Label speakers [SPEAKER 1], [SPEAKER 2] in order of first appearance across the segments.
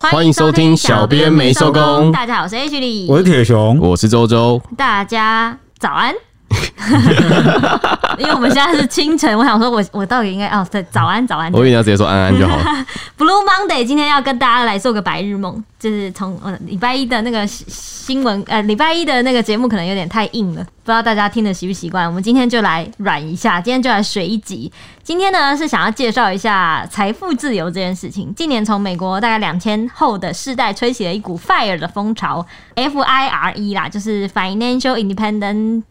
[SPEAKER 1] 欢迎收听小编没收工
[SPEAKER 2] 大家好，我是 H 李，
[SPEAKER 3] 我是铁熊，
[SPEAKER 1] 我是周周，
[SPEAKER 2] 大家早 安。因为我们现在是清晨，我想说我，我到底应该哦，对，早安，
[SPEAKER 3] 嗯
[SPEAKER 2] 早安。
[SPEAKER 1] 我以为你要直接说安安就好 了。
[SPEAKER 2] Blue Monday 今天要跟大家来做个白日梦，就是从呃礼拜一的那个新闻，呃礼拜一的那个节目可能有点太硬了，不知道大家听的习不习惯。我们今天就来软一下，今天就来水一集。今天呢是想要介绍一下财富自由这件事情。近年从美国大概两千后的世代吹起了一股 FIRE 的风潮，F I R E 啦，就是 Financial Independence。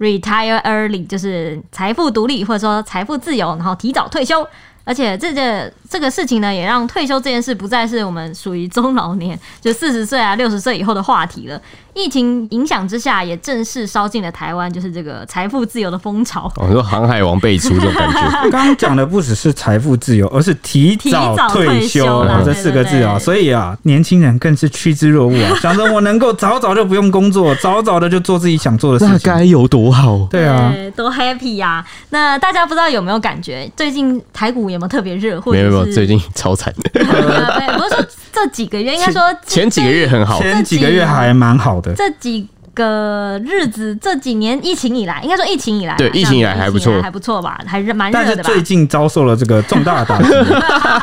[SPEAKER 2] retire early 就是财富独立或者说财富自由，然后提早退休。而且这个这个事情呢，也让退休这件事不再是我们属于中老年， 就四十岁啊、六十岁以后的话题了。疫情影响之下，也正式烧进了台湾，就是这个财富自由的风潮。
[SPEAKER 1] 我、哦、说航海王辈出这种感 觉，
[SPEAKER 3] 刚刚讲的不只是财富自 由，而是提早退
[SPEAKER 2] 提早退休啦
[SPEAKER 3] 这四个字啊。
[SPEAKER 2] 对对对
[SPEAKER 3] 所以啊，年轻人更是趋之若鹜 啊，想着我能够早早就不用工作，早早的就做自己想做的事情。
[SPEAKER 1] 有多好？
[SPEAKER 3] 对啊，
[SPEAKER 2] 呃，多 happy 呀、那大家不知道有没有感觉，最近台股有没有特别热？或者
[SPEAKER 1] 没
[SPEAKER 2] 是
[SPEAKER 1] 有没 有，最近超惨 的，
[SPEAKER 2] 呃不是说这几个月，应该说
[SPEAKER 1] 前几个月很好，
[SPEAKER 3] 前几个月还蛮好的，
[SPEAKER 2] 这几个日子，这几年疫情以来，应该说疫情以来吧，
[SPEAKER 1] 对
[SPEAKER 2] 这样
[SPEAKER 1] 疫情以来还不错
[SPEAKER 2] 疫情以来还不错吧，还是蛮
[SPEAKER 3] 但
[SPEAKER 2] 热
[SPEAKER 3] 是
[SPEAKER 2] 的吧。
[SPEAKER 3] 最近遭受了这个重大 的打击，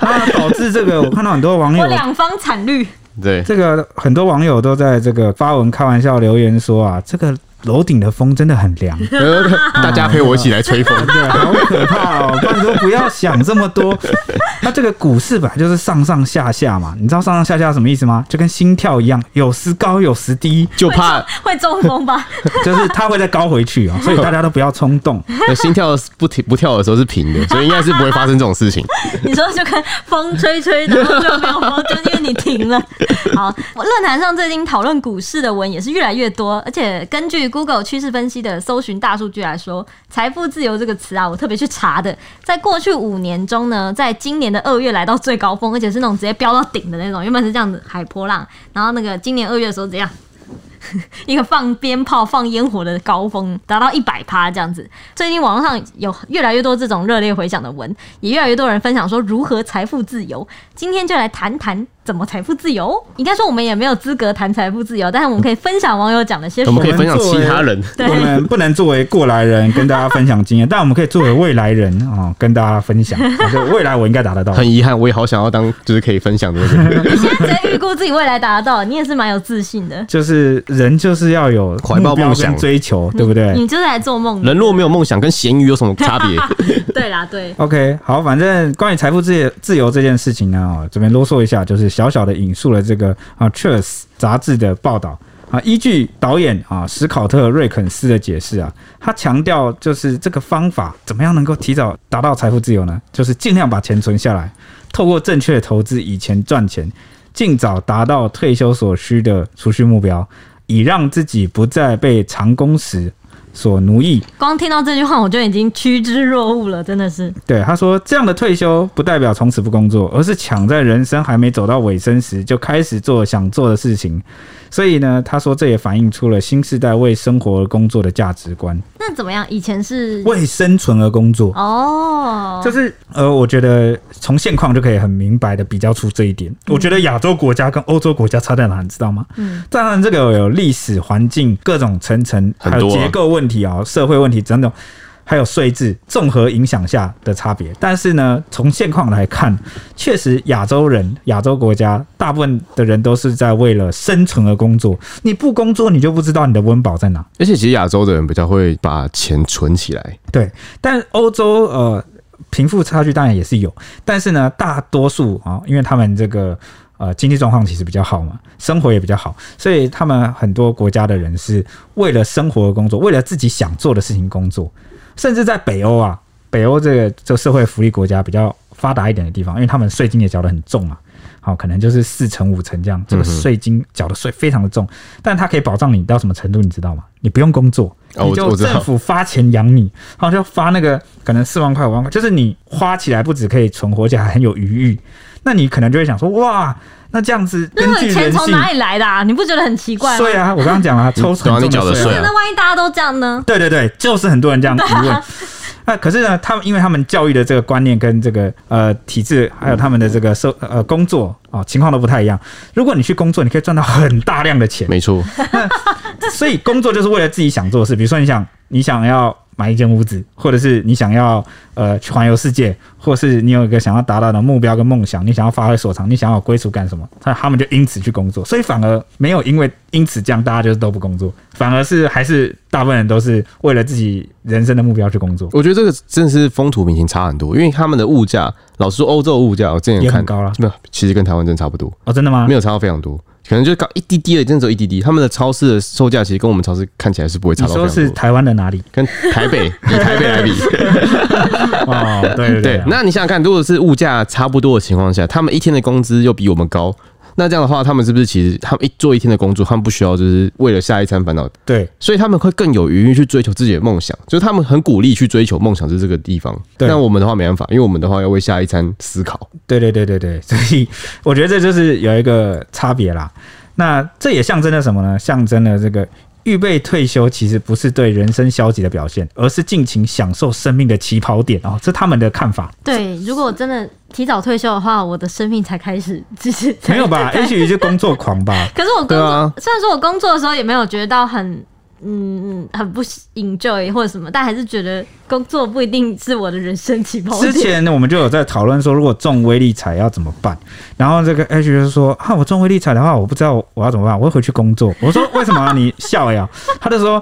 [SPEAKER 3] 那导致这个我看到很多网友
[SPEAKER 2] 我两方惨绿，
[SPEAKER 1] 对，
[SPEAKER 3] 这个很多网友都在这个发文开玩笑留言说啊，这个楼顶的风真的很凉，啊
[SPEAKER 1] 呃大家陪我一起来吹 风。
[SPEAKER 3] 对，好可怕哦！拜托不要想这么多。那这个股市本来就是上上下下嘛，你知道上上下下什么意思吗？就跟心跳一样，有时高有时低，
[SPEAKER 1] 就怕
[SPEAKER 2] 会中风吧？
[SPEAKER 3] 就是它会再高回去啊、所以大家都不要冲动。
[SPEAKER 1] 呃心跳不停不跳的时候是平的，所以应该是不会发生这种事 情。
[SPEAKER 2] 你说就跟风吹吹，然后就没有风，就因为你停了。好，我论坛上最近讨论股市的文也是越来越多，而且根据 Google 趋势分析的搜寻大数据来说，财富自由这个词啊，我特别去查的，在过去五年中呢，在今年的二月来到最高峰，而且是那种直接飙到顶的那种，原本是这样子海波浪，然后那个今年二月的时候怎样？ 一个放鞭炮、放烟火的高峰，达到一百趴这样子。最近网络上有越来越多这种热烈回响的文，也越来越多人分享说如何财富自由。今天就来谈谈怎么财富自由。应该说我们也没有资格谈财富自由，但是我们可以分享网友讲的些什
[SPEAKER 1] 我
[SPEAKER 2] 么
[SPEAKER 1] 们可。以分享其他人，
[SPEAKER 2] 对
[SPEAKER 3] 我们不能作为过来人跟大家分享经验，但我们可以作为未来人啊、哦跟大家分享。啊就未来我应该达得到。
[SPEAKER 1] 很遗憾，我也好想要当就是可以分享的那 个人，
[SPEAKER 2] 你现在直接预估自己未来达到，你也是蛮有自信的。
[SPEAKER 3] 就是人就是要有
[SPEAKER 1] 怀抱
[SPEAKER 3] 目标
[SPEAKER 1] 梦想
[SPEAKER 3] 跟追求，对不 对？
[SPEAKER 2] 你就是来做梦的
[SPEAKER 1] 人。若没有梦想，跟咸鱼有什么差别？
[SPEAKER 2] 对啦，对，
[SPEAKER 3] OK，好，反正关于财富自由自由这件事情呢，哦，这边啰嗦一下，就是小小的引述了这个啊《Cheers》杂志的报道啊，依据导演啊史考特·瑞肯斯的解释啊，他强调就是这个方法怎么样能够提早达到财富自由呢？就是尽量把钱存下来，透过正确的投资以前赚钱，尽早达到退休所需的储蓄目标，以让自己不再被长工时所奴役。
[SPEAKER 2] 光听到这句话我就已经趋之若鹜了，真的是。
[SPEAKER 3] 对，他说这样的退休不代表从此不工作，而是抢在人生还没走到尾声时就开始做想做的事情。所以呢，他说这也反映出了新时代为生活而工作的价值观，
[SPEAKER 2] 那怎么样？以前是
[SPEAKER 3] 为生存而工作。
[SPEAKER 2] 哦，
[SPEAKER 3] 就是呃，我觉得从现况就可以很明白的比较出这一点。我觉得亚洲国家跟欧洲国家差在哪，你知道吗？
[SPEAKER 2] 嗯，
[SPEAKER 3] 当然，这个有历史环境、各种层层，
[SPEAKER 1] 很
[SPEAKER 3] 还有
[SPEAKER 1] 多啊
[SPEAKER 3] 结构问题啊、社会问题等等，还有税制综合影响下的差别。但是呢，从现况来看，确实亚洲人、亚洲国家大部分的人都是在为了生存而工作。你不工作，你就不知道你的温饱在哪。
[SPEAKER 1] 而且其实亚洲的人比较会把钱存起来，
[SPEAKER 3] 对，但欧洲呃贫富差距当然也是有，但是呢，大多数啊、因为他们这个呃经济状况其实比较好嘛，生活也比较好，所以他们很多国家的人是为了生活而工作，为了自己想做的事情工作，甚至在北欧啊，北欧这个这社会福利国家比较发达一点的地方，因为他们税金也缴得很重啊。好，可能就是四成五成这样，这个
[SPEAKER 1] 嗯哼
[SPEAKER 3] 税金缴的税非常的重，但它可以保障你到什么程度，你知道吗？你不用工作，
[SPEAKER 1] 哦
[SPEAKER 3] 你
[SPEAKER 1] 我
[SPEAKER 3] 就
[SPEAKER 1] 我知道
[SPEAKER 3] 政府发钱养你，然后就发那个可能四万块、五万块，就是你花起来不止可以存活，而且还很有余裕。那你可能就会想说，哇，那这样子根
[SPEAKER 2] 那
[SPEAKER 3] 据
[SPEAKER 2] 你
[SPEAKER 3] 人
[SPEAKER 2] 钱从
[SPEAKER 3] 性，
[SPEAKER 2] 哪里来的、啊？你不觉得很奇 怪吗？
[SPEAKER 3] 税啊，我刚刚讲了，抽
[SPEAKER 1] 对啊
[SPEAKER 3] 成
[SPEAKER 1] 你缴的
[SPEAKER 3] 税
[SPEAKER 1] 税
[SPEAKER 3] 啊
[SPEAKER 1] 啊
[SPEAKER 2] 那万一大家都这样呢？
[SPEAKER 3] 对对对，就是很多人这样疑问。那可是呢，他们因为他们教育的这个观念跟这个呃体制，还有他们的这个社呃工作啊、哦情况都不太一样。如果你去工作，你可以赚到很大量的钱，
[SPEAKER 1] 没错，
[SPEAKER 3] 所以工作就是为了自己想做的事，比如 说你想你想要买一间屋子，或者是你想要呃去环游世界，或是你有一个想要达到的目标跟梦想，你想要发挥所长，你想要有归属感什么，他他们就因此去工作，所以反而没有因为因此这样大家就是都不工作，反而是还是大部分人都是为了自己人生的目标去工作，
[SPEAKER 1] 我觉得这个真的是风土民情差很多，因为他们的物价，老实说，欧洲物价我之前
[SPEAKER 3] 也
[SPEAKER 1] 看
[SPEAKER 3] 很高啦
[SPEAKER 1] 没有，其实跟台湾真的差不多，
[SPEAKER 3] 哦，真的吗？
[SPEAKER 1] 没有差到非常多，可能就高一滴滴的，真的哦只有一滴滴。他们的超市的售价其实跟我们超市看起来是不会差
[SPEAKER 3] 你
[SPEAKER 1] 到
[SPEAKER 3] 说
[SPEAKER 1] 非
[SPEAKER 3] 是
[SPEAKER 1] 常多。
[SPEAKER 3] 台湾的哪里？
[SPEAKER 1] 跟台北以台北 来比，
[SPEAKER 3] 哦，对对
[SPEAKER 1] 对，那你想想看，如果是物价差不多的情况下，他们一天的工资又比我们高，那这样的话，他们是不是其实他们一做一天的工作，他们不需要就是为了下一餐烦恼
[SPEAKER 3] 对
[SPEAKER 1] 所以他们会更有余裕去追求自己的梦想，就是他们很鼓励去追求梦想，就是这个地方。
[SPEAKER 3] 对
[SPEAKER 1] 但我们的话没办法，因为我们的话要为下一餐思考。
[SPEAKER 3] 对对对对对， 所以我觉得这就是有一个差别啦。那这也象征了什么呢？象征了这个预备退休其实不是对人生消极的表现，而是尽情享受生命的起跑点哦，这是他们的看法。
[SPEAKER 2] 对，如果我真的提早退休的话，我的生命才开始，就是
[SPEAKER 3] 没有吧？也许就工作狂吧。
[SPEAKER 2] 可是我工
[SPEAKER 1] 对
[SPEAKER 2] 作，
[SPEAKER 1] 啊
[SPEAKER 2] 虽然说我工作的时候也没有觉得到很。嗯，很不 enjoy 或者什么，但还是觉得工作不一定是我的人生起跑
[SPEAKER 3] 之
[SPEAKER 2] 点。
[SPEAKER 3] 前我们就有在讨论说，如果中威力彩要怎么办？然后这个 H 就说啊，我中威力彩的话，我不知道我要怎么办，我会回去工作。我说为什么、啊、你笑呀？他就说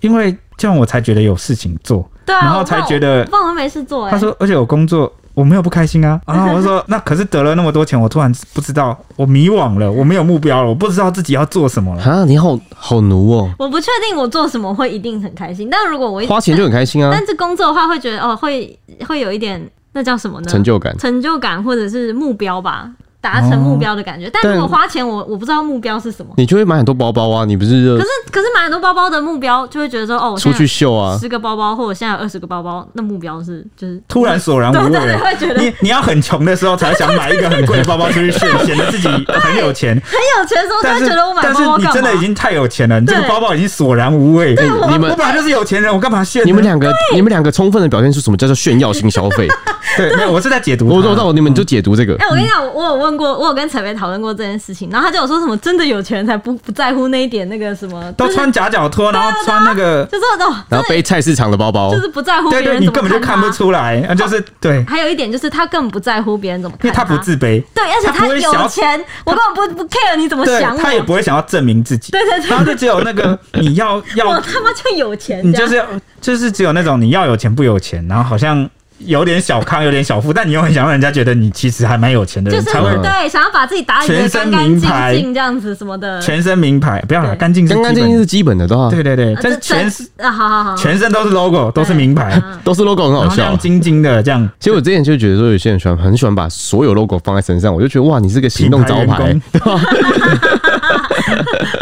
[SPEAKER 3] 因为这样我才觉得有事情做，
[SPEAKER 2] 对 啊，
[SPEAKER 3] 然后才觉得
[SPEAKER 2] 我不然我没事做、欸。
[SPEAKER 3] 他说，而且我工作我没有不开心 啊。然后我就说，那可是得了那么多钱，我突然不知道，我迷惘了，我没有目标了，我不知道自己要做 什么了。
[SPEAKER 1] 啊，你好好奴哦、
[SPEAKER 2] 我不确定我做什么会一定很开心，但如果我一
[SPEAKER 1] 花钱就很开心啊，
[SPEAKER 2] 哎但是工作的话，会觉得哦，会会有一点那叫什么呢？
[SPEAKER 1] 成就感。
[SPEAKER 2] 成就感或者是目标吧，达
[SPEAKER 3] 哦
[SPEAKER 2] 成目标的感觉。但
[SPEAKER 1] 但
[SPEAKER 2] 如果花钱我，我不知道目标是什么。
[SPEAKER 1] 你就会买很多包包啊，你不是
[SPEAKER 2] 可
[SPEAKER 1] 就是
[SPEAKER 3] 嗯
[SPEAKER 2] 可是买很多包包的目标，就会觉得说哦，我
[SPEAKER 1] 出
[SPEAKER 2] 现在
[SPEAKER 1] 去秀啊？
[SPEAKER 2] 十个包包，或者我现在有二十个包包，那目标是就是
[SPEAKER 3] 突然索然
[SPEAKER 2] 对
[SPEAKER 3] 无味
[SPEAKER 2] 对对，
[SPEAKER 3] 了。
[SPEAKER 2] 会觉得
[SPEAKER 3] 你你要很穷的时候才想买一个很贵的包包出去炫，显得自己很有 钱。
[SPEAKER 2] 很有钱的时候，就
[SPEAKER 3] 但
[SPEAKER 2] 会
[SPEAKER 3] 是
[SPEAKER 2] 觉得我买
[SPEAKER 3] 但
[SPEAKER 2] 包
[SPEAKER 3] 是
[SPEAKER 2] 包
[SPEAKER 3] 你
[SPEAKER 2] 干
[SPEAKER 3] 真的已
[SPEAKER 2] 嘛？
[SPEAKER 3] 经太有钱了，你这个
[SPEAKER 2] 对
[SPEAKER 3] 包包已经索然无味。
[SPEAKER 1] 你
[SPEAKER 3] 我
[SPEAKER 1] 们
[SPEAKER 3] 本来就是有钱人，我干嘛炫呢？
[SPEAKER 1] 你们两个你们两个充分的表现出什么叫做炫耀性消费？
[SPEAKER 3] 对，没有，我是在解读他。
[SPEAKER 1] 我我我你们就解读这个
[SPEAKER 2] 哎、。我跟你
[SPEAKER 3] 嗯
[SPEAKER 2] 讲，我有问过，我有跟陈飞讨论过这件事情，然后他就有说什么真的有钱人才不不在乎那一点那个什么，
[SPEAKER 3] 都
[SPEAKER 2] 就是
[SPEAKER 3] 穿夹脚拖，然后
[SPEAKER 2] 啊
[SPEAKER 3] 穿那个，
[SPEAKER 2] 就是哦，
[SPEAKER 1] 然后背菜市场的包啊包
[SPEAKER 2] 就，是不在乎别
[SPEAKER 3] 对对，
[SPEAKER 2] 人
[SPEAKER 3] 你
[SPEAKER 2] 怎么
[SPEAKER 3] 根本就
[SPEAKER 2] 看
[SPEAKER 3] 看不
[SPEAKER 2] 他。
[SPEAKER 3] 出来，啊，就是对，
[SPEAKER 2] 还有一点就是他更不在乎别人怎么看
[SPEAKER 3] 因为他不自卑。
[SPEAKER 2] 对，而且
[SPEAKER 3] 他不会想
[SPEAKER 2] 有
[SPEAKER 3] 要
[SPEAKER 2] 钱，我根本不不 care 你怎么
[SPEAKER 3] 对
[SPEAKER 2] 想我。
[SPEAKER 3] 他也不会想要证明自己，
[SPEAKER 2] 对对对
[SPEAKER 3] 然后就只有那个 你要
[SPEAKER 2] 我
[SPEAKER 3] 要，
[SPEAKER 2] 他妈就有钱，
[SPEAKER 3] 你
[SPEAKER 2] 这
[SPEAKER 3] 就
[SPEAKER 2] 样
[SPEAKER 3] 是要就是只有那种你要有钱不有钱，然后好像有点小康有点小富，但你又很想让人家觉得你其实还蛮有钱的
[SPEAKER 2] 就
[SPEAKER 3] 人，
[SPEAKER 2] 是
[SPEAKER 3] 才会
[SPEAKER 1] 嗯
[SPEAKER 2] 对，想要把自己打理的干
[SPEAKER 3] 全身
[SPEAKER 2] 干
[SPEAKER 3] 名
[SPEAKER 2] 净
[SPEAKER 3] 牌
[SPEAKER 2] 净这样子什么的。
[SPEAKER 3] 全身名牌，不要啦，
[SPEAKER 2] 对
[SPEAKER 3] 干净是
[SPEAKER 1] 干干净净
[SPEAKER 3] 基
[SPEAKER 1] 是基本的，对吧
[SPEAKER 3] 本，？对对对，
[SPEAKER 2] 啊
[SPEAKER 3] 但是
[SPEAKER 2] 这
[SPEAKER 3] 全
[SPEAKER 2] 这啊，好好好，
[SPEAKER 3] 全身都是 logo，都是
[SPEAKER 2] 对
[SPEAKER 3] 名牌，
[SPEAKER 2] 嗯
[SPEAKER 1] 都是 logo 很
[SPEAKER 3] 然
[SPEAKER 1] 好
[SPEAKER 3] 后
[SPEAKER 1] 笑啊
[SPEAKER 3] 亮。晶晶 的这样，
[SPEAKER 1] 其实我之前就觉得说，有些人喜欢很喜欢把所有 logo 放在身上，我就觉得哇，你是个行动招
[SPEAKER 3] 品
[SPEAKER 1] 牌
[SPEAKER 3] 员， 工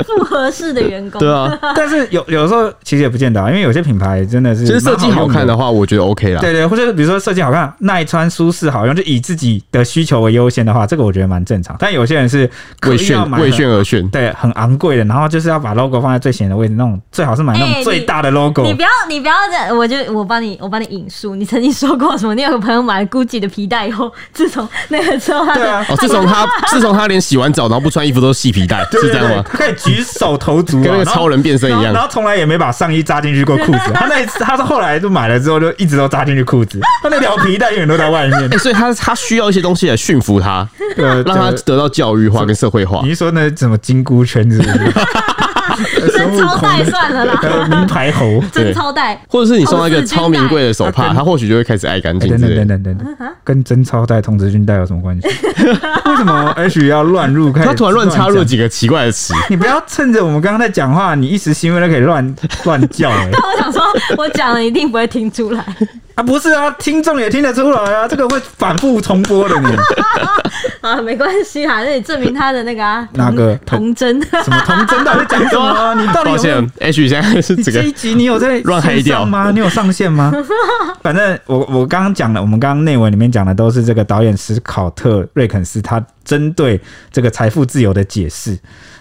[SPEAKER 2] 复合式的员工。
[SPEAKER 1] 对啊。
[SPEAKER 3] 但是有有时候其实也不见得啊，因为有些品牌真的是
[SPEAKER 1] 其实设计
[SPEAKER 3] 蛮
[SPEAKER 1] 好
[SPEAKER 3] 用
[SPEAKER 1] 看的话，我觉得 OK 啦。
[SPEAKER 3] 对对，或者是比如说设计好看、耐穿、舒适、好用，就以自己的需求为优先的话，这个我觉得蛮正常。但有些人是刻
[SPEAKER 1] 为
[SPEAKER 3] 意要
[SPEAKER 1] 炫
[SPEAKER 3] 买
[SPEAKER 1] 为
[SPEAKER 3] 很
[SPEAKER 1] 炫而炫，
[SPEAKER 3] 对很昂贵的，然后就是要把 logo 放在最显眼的位置，那种最好是买那
[SPEAKER 2] 哎
[SPEAKER 3] 种最大的 logo。
[SPEAKER 2] 你不要，你不要这样，我就我帮你，我帮你引述。你曾经说过什么？你有个朋友买了 GUCCI 的皮带以后，自从那个之后，他
[SPEAKER 3] 对
[SPEAKER 2] 的
[SPEAKER 3] 啊，
[SPEAKER 1] 哦，自从 他自从他连洗完澡然后不穿衣服都是系皮带，
[SPEAKER 3] 对
[SPEAKER 1] 是
[SPEAKER 3] 对
[SPEAKER 1] 这样
[SPEAKER 3] 对，
[SPEAKER 1] 吗？
[SPEAKER 3] 他可以举手投足、啊，
[SPEAKER 1] 跟那个
[SPEAKER 3] 然后
[SPEAKER 1] 超人变身一
[SPEAKER 3] 然
[SPEAKER 1] 样。
[SPEAKER 3] 后从来也没把上衣扎进去过裤子。他那一次，他是后来就买了之后就一直都扎进去裤子，他那条皮带永远都在外面
[SPEAKER 1] 哎、。所以他他需要一些东西来驯服 他，
[SPEAKER 3] 呃，
[SPEAKER 1] 让他
[SPEAKER 3] 这
[SPEAKER 1] 得到教育化跟社会化
[SPEAKER 3] 你。是说那什么金箍 圈子、
[SPEAKER 2] 真超带算了啦，
[SPEAKER 3] 呃名牌猴？
[SPEAKER 2] 真超带。
[SPEAKER 1] 或者是你送他
[SPEAKER 3] 哦
[SPEAKER 1] 一个超名贵的手
[SPEAKER 3] 他
[SPEAKER 1] 帕，
[SPEAKER 3] 跟
[SPEAKER 1] 他或许就会开始爱干净
[SPEAKER 3] 等
[SPEAKER 1] 之
[SPEAKER 3] 等
[SPEAKER 1] 类
[SPEAKER 3] 等
[SPEAKER 1] 的。
[SPEAKER 3] 等等等，跟贞操带、童子军带有什么 关系？为什么 H 要乱入？开始
[SPEAKER 1] 他突然乱插入
[SPEAKER 3] 讲
[SPEAKER 1] 几个奇怪的词，
[SPEAKER 3] 你不要趁着我们刚刚在讲话，你一时兴奋就可以乱 乱叫哎、
[SPEAKER 2] 但我想说，我讲了一定不会听出来。
[SPEAKER 3] 啊，不是啊，听众也听得出来啊，这个会反复重播的你。
[SPEAKER 2] 啊，没关系啦，那你证明他的那个啊，
[SPEAKER 3] 那个
[SPEAKER 2] 童童真，
[SPEAKER 3] 什么童真到底在讲什么啊、你到
[SPEAKER 1] 抱
[SPEAKER 3] 底有没有
[SPEAKER 1] 歉？，H 现在是
[SPEAKER 3] 你
[SPEAKER 1] 这
[SPEAKER 3] 这
[SPEAKER 1] 个
[SPEAKER 3] 一集你有在
[SPEAKER 1] 乱黑掉
[SPEAKER 3] 线上吗？你有上 线吗？反正我我刚刚讲的，我们刚刚内文里面讲的都是这个导演史考特·瑞肯斯他针对这个财富自由的解释。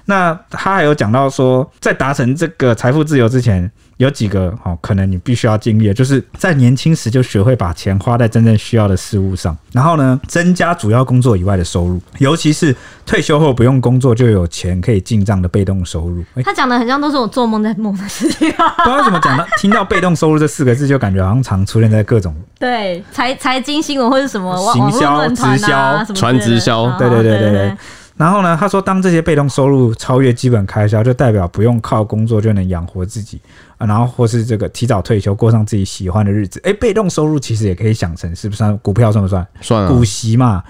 [SPEAKER 3] 那他还有讲到说，在达成这个财富自由之前，有几个哦，可能你必须要经历的，就是在年轻时就学会把钱花在真正需要的事物上，然后呢，增加主要工作以外的收入，尤其是退休后不用工作就有钱可以进账的被动收入。哎、
[SPEAKER 2] 他讲的很像都是我做梦在梦的事情、
[SPEAKER 3] 不知道怎么讲呢，听到“被动收入”这四个字，就感觉好像常出现在各种
[SPEAKER 2] 对，财财经新闻或者什么网
[SPEAKER 3] 行
[SPEAKER 2] 网络
[SPEAKER 3] 销
[SPEAKER 2] 论坛
[SPEAKER 3] 直
[SPEAKER 2] 啊
[SPEAKER 3] 销
[SPEAKER 2] 什么之类的
[SPEAKER 1] 传直销
[SPEAKER 2] 啊
[SPEAKER 3] 对对对
[SPEAKER 2] 对
[SPEAKER 3] 对对。然后呢，他说，当这些被动收入超越基本开销，就代表不用靠工作就能养活自己啊，然后或是这个提早退休，过上自己喜欢的日子。诶，被动收入其实也可以想成是不是算股票算不算？
[SPEAKER 1] 算了
[SPEAKER 3] 股，息嘛，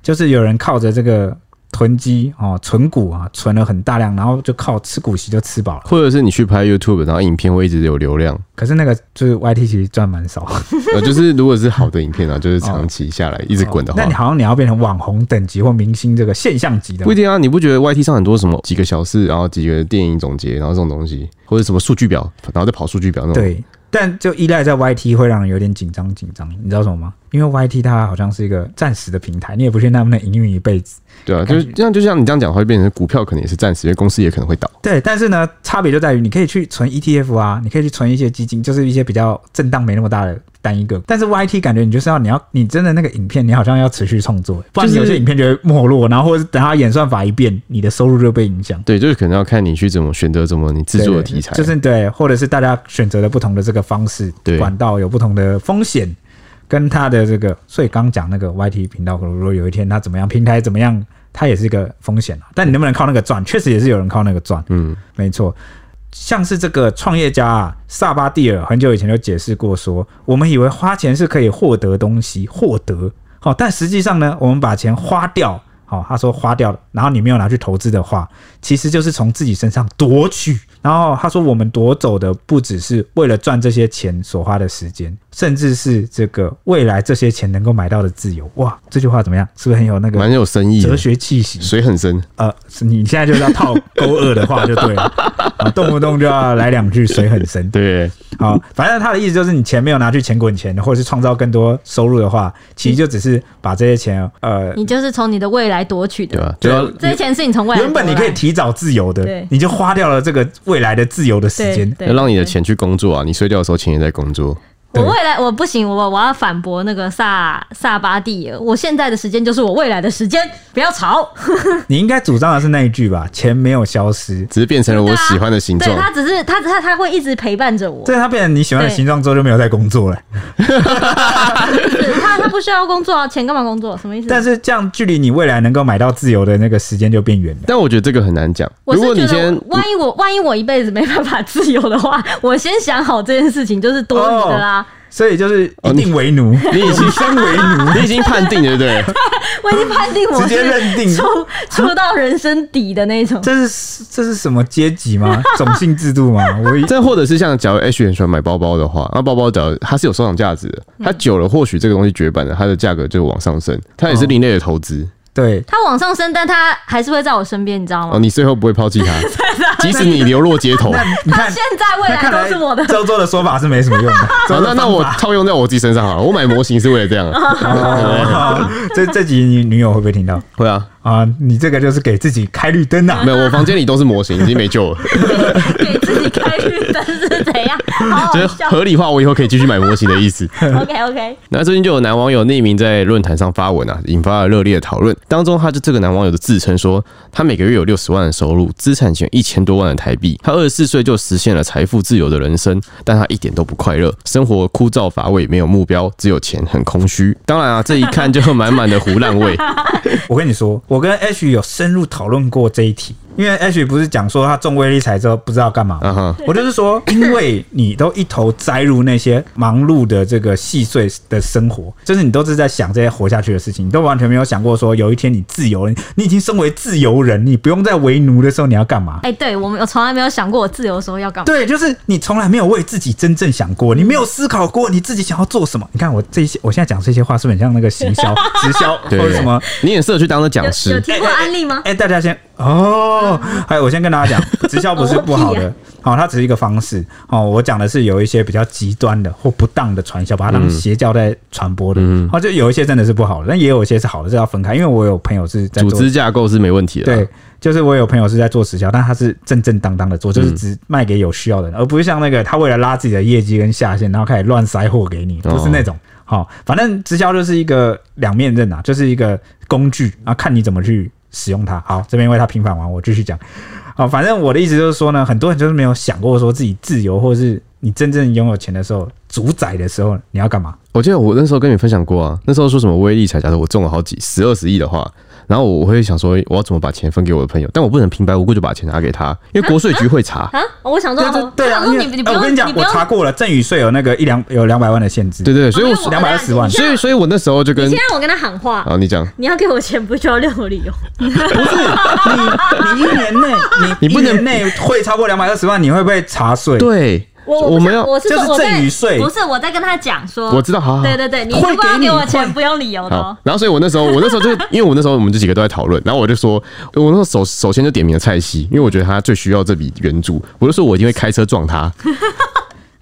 [SPEAKER 3] 就是有人靠着这个囤积哦，存股啊，存了很大量，然后就靠吃股息就吃饱了。
[SPEAKER 1] 或者是你去拍 YouTube，然后影片会一直有流量，
[SPEAKER 3] 可是那个就是 YT 其实赚蛮少，
[SPEAKER 1] 呃，就是如果是好的影片啊，就是长期下来一直滚的话
[SPEAKER 3] 哦那你，好像你要变成网红等级或明星这个现象级的嘛
[SPEAKER 1] 不一定啊。你不觉得 YT 上很多什么几个小时，然后几个电影总结，然后这种东西，或者什么数据表，然后再跑数据表那种，
[SPEAKER 3] 对，但就依赖在 YT 会让人有点紧张紧张，你知道什么吗？因为 YT 它好像是一个暂时的平台，你也不确定他们能营运一辈子。
[SPEAKER 1] 对啊，就是这样，就像你这样讲的话，会变成股票可能也是暂时，因为公司也可能会倒。
[SPEAKER 3] 对，但是呢，差别就在于你可以去存 ETF 啊，你可以去存一些基金，就是一些比较震荡没那么大的单一个股。但是 YT 感觉你就是要你要你真的那个影片，你好像要持续创作，不然
[SPEAKER 1] 就是
[SPEAKER 3] 有些影片就会没落，然后或者是等它演算法一变，你的收入就被影响。
[SPEAKER 1] 对，就是可能要看你去怎么选择，怎么你制作的
[SPEAKER 3] 对
[SPEAKER 1] 题材，
[SPEAKER 3] 就是对，或者是大家选择了不同的这个方式，
[SPEAKER 1] 对
[SPEAKER 3] 管道有不同的风险，跟他的这个，所以刚讲那个 YT 频道，如果有一天他怎么样，平台怎么样，它也是一个风险啊。但你能不能靠那个赚，确实也是有人靠那个赚，
[SPEAKER 1] 嗯，
[SPEAKER 3] 没错。像是这个创业家啊，萨巴蒂尔很久以前就解释过说，我们以为花钱是可以获得东西，获得好、但实际上呢，我们把钱花掉，好、他说花掉了，然后你没有拿去投资的话，其实就是从自己身上夺取。然后他说，我们夺走的不只是为了赚这些钱所花的时间，甚至是这个未来这些钱能够买到的自由。哇，这句话怎么样？是不是很有那
[SPEAKER 1] 蛮
[SPEAKER 3] 个
[SPEAKER 1] 有深意的
[SPEAKER 3] 哲，学气息？
[SPEAKER 1] 水很深。
[SPEAKER 3] 呃，是你现在就是要套勾二的话就对 了，啊，动不动就要来两句水很深。
[SPEAKER 1] 对，
[SPEAKER 3] 好，反正他的意思就是，你钱没有拿去钱滚钱，或者是创造更多收入的话，其实就只是把这些钱，呃，
[SPEAKER 2] 你就是从你的未来夺取
[SPEAKER 1] 对
[SPEAKER 2] 的，
[SPEAKER 1] 吧？就要
[SPEAKER 2] 这些钱是你从未来
[SPEAKER 3] 原本你可以提早自由的
[SPEAKER 2] 啊对，
[SPEAKER 3] 你就花掉了这个未来的自由的时间。
[SPEAKER 1] 要让你的。钱去工作啊！你睡觉的时候，钱也在工作。
[SPEAKER 2] 我
[SPEAKER 3] 对
[SPEAKER 2] 未来我不行，我我要反驳那个萨萨巴蒂尔，我现在的时间就是我未来的时间，不要吵。
[SPEAKER 3] 你应该主张的是那一句吧？钱没有消失，
[SPEAKER 1] 只是变成了我喜欢的形
[SPEAKER 2] 对
[SPEAKER 1] 状。
[SPEAKER 2] 他只是他他他会一直陪伴着我，
[SPEAKER 3] 这它变成你喜欢的
[SPEAKER 2] 对
[SPEAKER 3] 形状之后就没有在工作了。
[SPEAKER 2] 嗯是他他不需要工作啊，钱干嘛工作？什么意思？
[SPEAKER 3] 但是这样距离你未来能够买到自由的那个时间就变远了。
[SPEAKER 1] 但我觉得这个很难讲。
[SPEAKER 2] 我
[SPEAKER 1] 如果
[SPEAKER 2] 是
[SPEAKER 1] 你
[SPEAKER 2] 觉得
[SPEAKER 1] 先
[SPEAKER 2] 我，万一我万一我一辈子没办法自由的话，我先想好这件事情就是多余的啦。
[SPEAKER 3] 所以就是一
[SPEAKER 1] 哦你
[SPEAKER 3] 定为奴，
[SPEAKER 1] 你 已经
[SPEAKER 3] 身为奴。
[SPEAKER 1] 你已经判定了，对不对？
[SPEAKER 2] 我已经判定我
[SPEAKER 3] 直接
[SPEAKER 2] 是
[SPEAKER 3] 认定
[SPEAKER 2] 触触到人生底的那种。
[SPEAKER 3] 这是这是什么阶级吗？ 种姓制度吗？我以
[SPEAKER 1] 这或者是像，假如 H 很喜欢买包包的话，那包包假如它是有收藏价值的，它久了或许这个东西绝版了，它的价格就往上升，它也是另类的投资
[SPEAKER 3] 对
[SPEAKER 2] 他往上升，但他还是会在我身边，你知道
[SPEAKER 1] 哦。
[SPEAKER 2] 吗？
[SPEAKER 1] 你最后不会抛弃它，即使你流落街头。
[SPEAKER 3] 那
[SPEAKER 1] 好，
[SPEAKER 3] 你
[SPEAKER 2] 他
[SPEAKER 3] 看
[SPEAKER 2] 现，在未
[SPEAKER 3] 那
[SPEAKER 2] 来
[SPEAKER 3] 看
[SPEAKER 2] 都
[SPEAKER 3] 来
[SPEAKER 2] 是我的。
[SPEAKER 3] 周周的说法是没什么用 的。周周
[SPEAKER 1] 那
[SPEAKER 3] 的
[SPEAKER 1] 那我
[SPEAKER 3] 方法
[SPEAKER 1] 套用在我自己身上好了。我买模型是为了这样啊，
[SPEAKER 3] 哦这这集你女友会不会听到
[SPEAKER 1] 会啊，
[SPEAKER 3] 啊？你这个就是给自己开绿灯啊！
[SPEAKER 1] 没有，我房间里都是模型，已经没救了。
[SPEAKER 2] 给自己开绿灯是怎样？ 好
[SPEAKER 1] 就
[SPEAKER 2] 好
[SPEAKER 1] 是
[SPEAKER 2] 笑。
[SPEAKER 1] 合理化我以后可以继续买模型的意思。
[SPEAKER 2] OK OK，
[SPEAKER 1] 那最近就有男网友匿名在论坛上发文啊，引发了热烈的讨论。当中，他就这个男网友的自称说，他每个月有六十万的收入，资产仅有一千多万的台币。他二十四岁就实现了财富自由的人生，但他一点都不快乐，生活枯燥乏味，没有目标，只有钱，很空虚。当然啊，这一看就满满的胡烂味。
[SPEAKER 3] 我跟你说，我跟 H 有深入讨论过这一题，因为 H 不是讲说他中微理财之后不知道干嘛吗
[SPEAKER 1] 啊哈，
[SPEAKER 3] 我就是说，因为你都一头栽入那些忙碌的这个细碎的生活，就是你都是在想这些活下去的事情，你都完全没有想过说有一天你自由了，你已经身为自由人，你不用再为奴的时候你要干嘛？
[SPEAKER 2] 哎、对我们我从来没有想过我自由的时候要干嘛。
[SPEAKER 3] 对，就是你从来没有为自己真正想过，你没有思考过你自己想要做什么。你看我这些，我现在讲这些话是不是很像那个 行销、直销或
[SPEAKER 1] 对
[SPEAKER 3] 者什么？哦
[SPEAKER 1] 你很适合去当个讲
[SPEAKER 2] 有有
[SPEAKER 1] 师，
[SPEAKER 2] 听过案例吗？
[SPEAKER 3] 哎、大家先哦，哦，还有我先跟大家讲，直销不是不好的，好、它只是一个方式。哦，我讲的是有一些比较极端的或不当的传销，把它
[SPEAKER 1] 嗯
[SPEAKER 3] 当邪教在传播的。哦，就有一些真的是不好的，但也有一些是好的，这要分开。因为我有朋友是在
[SPEAKER 1] 组
[SPEAKER 3] 做
[SPEAKER 1] 织架构是没问题的。
[SPEAKER 3] 对，，就是我有朋友是在做直销，但他是正正当当的做，就是只卖给有需要的人，而不是像那个他为了拉自己的业绩跟下线，然后开始乱塞货给你，不是那种。好、反正直销就是一个两面刃啊，就是一个工具啊，看你怎么去使用它。好，这边为他平反完，我继续讲。好，反正我的意思就是说呢，很多人就是没有想过说自己自由，或是你真正拥有钱的时候，主宰的时候，你要干嘛？
[SPEAKER 1] 我记得我那时候跟你分享过啊，那时候说什么威力彩，假如我中了好几十二十亿的话，然后我会想说我要怎么把钱分给我的朋友，但我不能平白无故就把钱拿给他，因为国税局会查。
[SPEAKER 2] 啊！我想说，
[SPEAKER 3] 哎对对
[SPEAKER 2] 哦
[SPEAKER 3] 对啊
[SPEAKER 2] 我想！说
[SPEAKER 3] 因为
[SPEAKER 2] 你你不
[SPEAKER 3] 哎我跟
[SPEAKER 2] 用，
[SPEAKER 3] 你讲，
[SPEAKER 2] 不
[SPEAKER 3] 我
[SPEAKER 2] 用
[SPEAKER 3] 查过了，赠与税有那个一两有两百万的限制。
[SPEAKER 1] 对对对，所以我
[SPEAKER 2] 哦
[SPEAKER 1] 所
[SPEAKER 2] 没有
[SPEAKER 3] 220
[SPEAKER 2] 我跟他
[SPEAKER 3] 万
[SPEAKER 2] 你先
[SPEAKER 1] 以所以我那时候就跟
[SPEAKER 2] 你先让我跟他喊话，
[SPEAKER 3] 嗯
[SPEAKER 1] 啊你讲，
[SPEAKER 2] 你要给我钱不需要任哦何理由，
[SPEAKER 3] 你一年 内，
[SPEAKER 1] 你
[SPEAKER 3] 你
[SPEAKER 1] 不
[SPEAKER 3] 一
[SPEAKER 1] 能
[SPEAKER 3] 年内会超过两百二十万，你会不会查税？，
[SPEAKER 1] 对，
[SPEAKER 2] 我我不
[SPEAKER 1] 我们
[SPEAKER 2] 想
[SPEAKER 1] 要
[SPEAKER 2] 我是
[SPEAKER 3] 就是
[SPEAKER 2] 说我在
[SPEAKER 3] 赠与税
[SPEAKER 2] 不是我在跟他讲说，
[SPEAKER 1] 我知道，好好好
[SPEAKER 2] 对对对，你
[SPEAKER 3] 会
[SPEAKER 2] 如果要给
[SPEAKER 3] 给你
[SPEAKER 2] 我钱
[SPEAKER 3] 会
[SPEAKER 2] 不用理由的
[SPEAKER 1] 好
[SPEAKER 2] 哦，，
[SPEAKER 1] 然后所以我那时候，我那时候就因为我那时候我们这几个都在讨论，然后我就说，我那时候首首先就点名了蔡西，因为我觉得他最需要这笔援助，我就说我一定会开车撞他，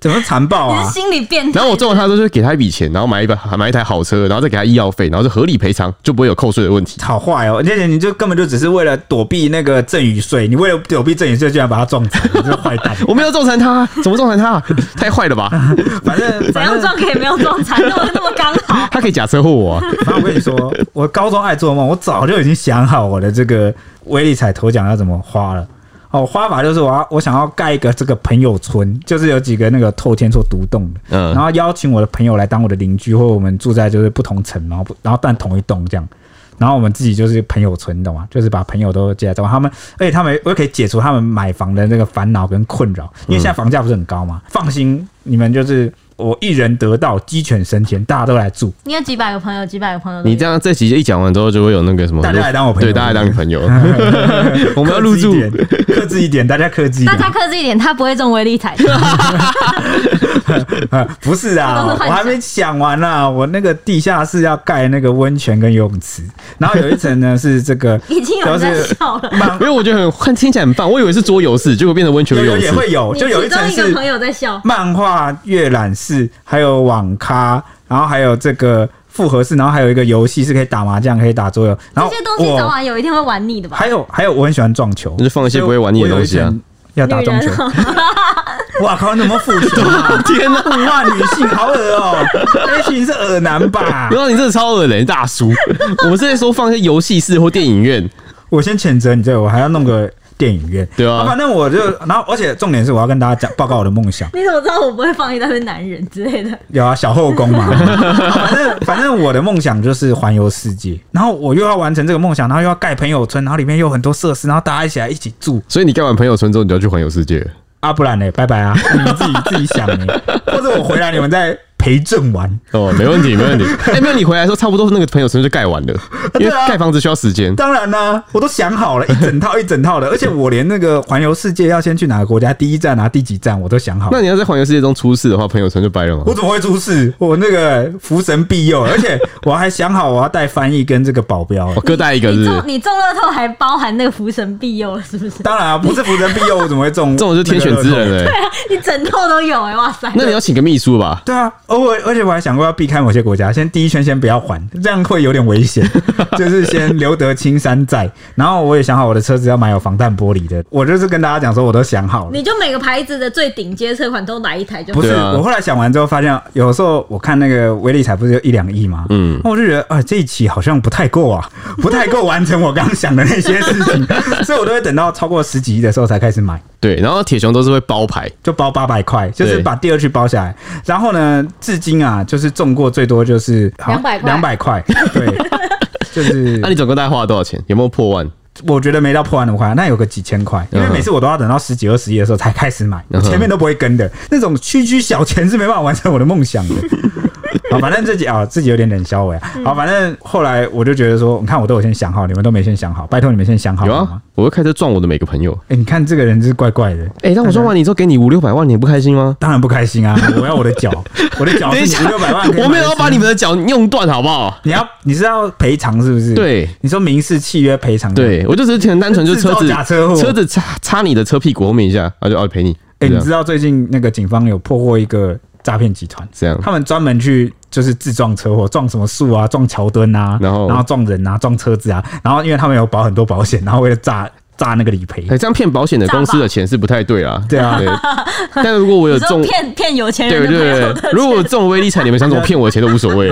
[SPEAKER 3] 怎么残暴
[SPEAKER 2] 你是
[SPEAKER 3] 啊？
[SPEAKER 2] 心理变态。
[SPEAKER 1] 然后我撞了他之后就给他一笔钱，然后买一把买一台好车，然后再给他医药费，然后就合理赔偿，就不会有扣税的问题。
[SPEAKER 3] 好坏哦！而且你就根本就只是为了躲避那个赠与税，你为了躲避赠与税，居然把他撞残，你这坏蛋！
[SPEAKER 1] 我没有撞残他，怎么撞残他？太坏了吧！
[SPEAKER 3] 反正
[SPEAKER 2] 怎
[SPEAKER 3] 反
[SPEAKER 2] 样
[SPEAKER 3] 正
[SPEAKER 2] 撞可以没有撞残，那我那么刚好。
[SPEAKER 1] 他可以假车祸我、啊，
[SPEAKER 3] 反正我跟你说，我高中爱做梦，我早就已经想好我的这个威力彩头奖要怎么花了。哦，花法就是我要我想要盖一个这个朋友村，就是有几个那个透天厝独栋的，
[SPEAKER 1] 嗯
[SPEAKER 3] 然后邀请我的朋友来当我的邻居，或者我们住在就是不同层，然后不然后但同一栋这样。然后我们自己就是朋友村，你懂吗？就是把朋友都接来找他们，而且他们我也可以解除他们买房的那个烦恼跟困扰，因为现在房价不是很高嘛。放心，你们就是我一人得道，鸡犬升天，大家都来住，
[SPEAKER 2] 你有几百个朋友，几百个朋友都有，
[SPEAKER 1] 你这样这集一讲完之后，就会有那个什么，
[SPEAKER 3] 大家来当我朋友
[SPEAKER 1] 对，大家来当你朋 友， 我们要入住
[SPEAKER 3] 克制。一点，克制一点，大家克制一
[SPEAKER 2] 大
[SPEAKER 3] 点。
[SPEAKER 2] 家克制一点，他不会中威力 彩。
[SPEAKER 3] 啊不是啊，
[SPEAKER 2] 这都是幻
[SPEAKER 3] 我
[SPEAKER 2] 想
[SPEAKER 3] 还没讲完呢、我那个地下室要盖那个温泉跟游泳池，然后有一层呢是这 个
[SPEAKER 2] 已经有人在笑了，
[SPEAKER 3] 漫
[SPEAKER 1] 因为我觉得很看听起来很棒，我以为是桌游式，结果变成温泉
[SPEAKER 3] 有
[SPEAKER 1] 游
[SPEAKER 3] 有
[SPEAKER 1] 泳
[SPEAKER 3] 也
[SPEAKER 1] 池。
[SPEAKER 3] 会有，
[SPEAKER 2] 你
[SPEAKER 3] 就有一
[SPEAKER 2] 其中
[SPEAKER 3] 层
[SPEAKER 2] 一个
[SPEAKER 3] 是
[SPEAKER 2] 朋友在笑，
[SPEAKER 3] 漫画阅览室，还有网咖，然后还有这个复合室，然后还有一个游戏是可以打麻将，可以打桌游，然
[SPEAKER 2] 这
[SPEAKER 3] 后
[SPEAKER 2] 些东西早
[SPEAKER 3] 我
[SPEAKER 2] 晚有一天会玩腻的吧？
[SPEAKER 3] 还有还有我很喜欢撞球，
[SPEAKER 1] 那就放一些不会玩腻的东西啊
[SPEAKER 3] 所以我有一层要打
[SPEAKER 2] 女
[SPEAKER 3] 撞
[SPEAKER 2] 人
[SPEAKER 3] 球，
[SPEAKER 2] 哦，
[SPEAKER 3] 哇靠，你怎么付出啊？
[SPEAKER 1] 天哪、
[SPEAKER 3] 不骂女性，好恶哦、也许你是恶男吧
[SPEAKER 1] 然？后你真的超恶人大叔。我们是在说放一些游戏室或电影院，
[SPEAKER 3] 我先谴责你这个，我还要弄个电影院。
[SPEAKER 1] 对啊
[SPEAKER 3] 反正我就，然后而且重点是我要跟大家讲报告我的梦想，
[SPEAKER 2] 你怎么知道我不会放一大堆男人之类的？
[SPEAKER 3] 有啊，小后宫嘛。反正反正我的梦想就是环游世界，然后我又要完成这个梦想，然后又要盖朋友村，然后里面又有很多设施，然后大家一起来一起住
[SPEAKER 1] 所以你干完朋友村之后，你就要去环游世界了。
[SPEAKER 3] 啊，不然呢，拜拜啊，你们自己自己想呢，或者我回来你们再陪正玩。
[SPEAKER 1] 哦，没问题，没问题。 哎、没有，你回来的时候差不多那个朋友村就盖完了，因为
[SPEAKER 3] 对啊
[SPEAKER 1] 盖房子需要时间。
[SPEAKER 3] 当然啦、我都想好了，一整套一整 套的，而且我连那个环游世界要先去哪个国家，第一站啊，第几站我都想好了。
[SPEAKER 1] 那你要在环游世界中出事的话，朋友村就掰了吗
[SPEAKER 3] 我？怎么会出事？我那个福神庇 佑，而且我还想好我要带翻译跟这个保镖。
[SPEAKER 1] 我各带一个是
[SPEAKER 2] 你
[SPEAKER 1] 不
[SPEAKER 2] 中
[SPEAKER 1] 是。
[SPEAKER 2] 你中乐透还包含那个福神庇佑了，是 不是？
[SPEAKER 3] 当然啊，不是福神庇佑，我怎么会中？
[SPEAKER 1] 这种就是天选之人。哎、
[SPEAKER 2] 你整套都有哎、哇塞！
[SPEAKER 1] 那你要请个秘书吧？
[SPEAKER 3] 对啊，而我而且我还想过要避开某些国家，先第一圈先不要还，这样会有点 危险。就是先留得青山在。然后我也想好我的车子要买有防弹玻璃的，我就是跟大家讲说我都想好了。
[SPEAKER 2] 你就每个牌子的最顶尖车款都来一台就好
[SPEAKER 3] 不。是，
[SPEAKER 1] 对啊
[SPEAKER 3] 我后来想完之后发现，有时候我看那个威力彩不是有一两亿吗？嗯，我就觉得啊、这一期好像不太够 啊，不太够完成我刚想的那些事情，所以我都会等到超过十几亿的时候才开始买，
[SPEAKER 1] 对，然后铁熊都是会包牌，
[SPEAKER 3] 就包八百块，就是
[SPEAKER 1] 对
[SPEAKER 3] 把第二区包下来。然后呢，至今啊，就是中过最多就是
[SPEAKER 2] 200块
[SPEAKER 3] 两百块，对， 就是
[SPEAKER 1] 那、你总共大概花了多少钱？有没有破万？
[SPEAKER 3] 我觉得没到破万的话，那有个几千块，
[SPEAKER 1] 嗯
[SPEAKER 3] 因为每次我都要等到十几二十亿 的时候才开始买，我前面都不会跟的，那种区区小钱是没办法完成我的梦想的。好，反正自己啊、自己有点冷消委啊。
[SPEAKER 1] 嗯
[SPEAKER 3] 好，反正后来我就觉得说，你嗯看我都有先想好，你们都没先想好，拜托你们先想好
[SPEAKER 1] 有
[SPEAKER 3] 好吗
[SPEAKER 1] 啊？，我会开车撞我的每个朋友。
[SPEAKER 3] 哎、你看这个人就是怪怪的，
[SPEAKER 1] 哎、但我撞完你之后给你五六百万，你不开心吗？
[SPEAKER 3] 当然不开心啊！我要我的脚，我的 脚
[SPEAKER 1] 等一
[SPEAKER 3] 是
[SPEAKER 1] 下
[SPEAKER 3] 五六百万，
[SPEAKER 1] 我没有要把你们，的脚用断，好不好？
[SPEAKER 3] 你要你是要赔偿是不是？，
[SPEAKER 1] 对嗯
[SPEAKER 3] 你说民事契约赔偿，
[SPEAKER 1] 对，我就只是很单纯，就车
[SPEAKER 3] 制
[SPEAKER 1] 子
[SPEAKER 3] 造假车祸
[SPEAKER 1] 车子擦擦你的车屁股后面一下，然后就哦赔你，这
[SPEAKER 3] 哎、你
[SPEAKER 1] 样
[SPEAKER 3] 知道最近那个警方有破获一个诈骗集团，
[SPEAKER 1] 这样
[SPEAKER 3] 他们专门去就是自撞车祸，撞什么树啊，撞桥墩啊，
[SPEAKER 1] 然后
[SPEAKER 3] 撞人啊，撞车子啊，然后因为他们有保很多保险，然后为了诈诈那个理赔
[SPEAKER 1] 哎、，这样骗保险的公司的钱是不太 对啦。
[SPEAKER 3] 对啊
[SPEAKER 1] 对，但如果我有
[SPEAKER 2] 你说
[SPEAKER 1] 中，
[SPEAKER 2] 骗骗有钱
[SPEAKER 1] 对
[SPEAKER 2] 人的朋
[SPEAKER 1] 对
[SPEAKER 2] 友的
[SPEAKER 1] 对，如果我中威力彩，你们想怎么骗我的钱都无所谓。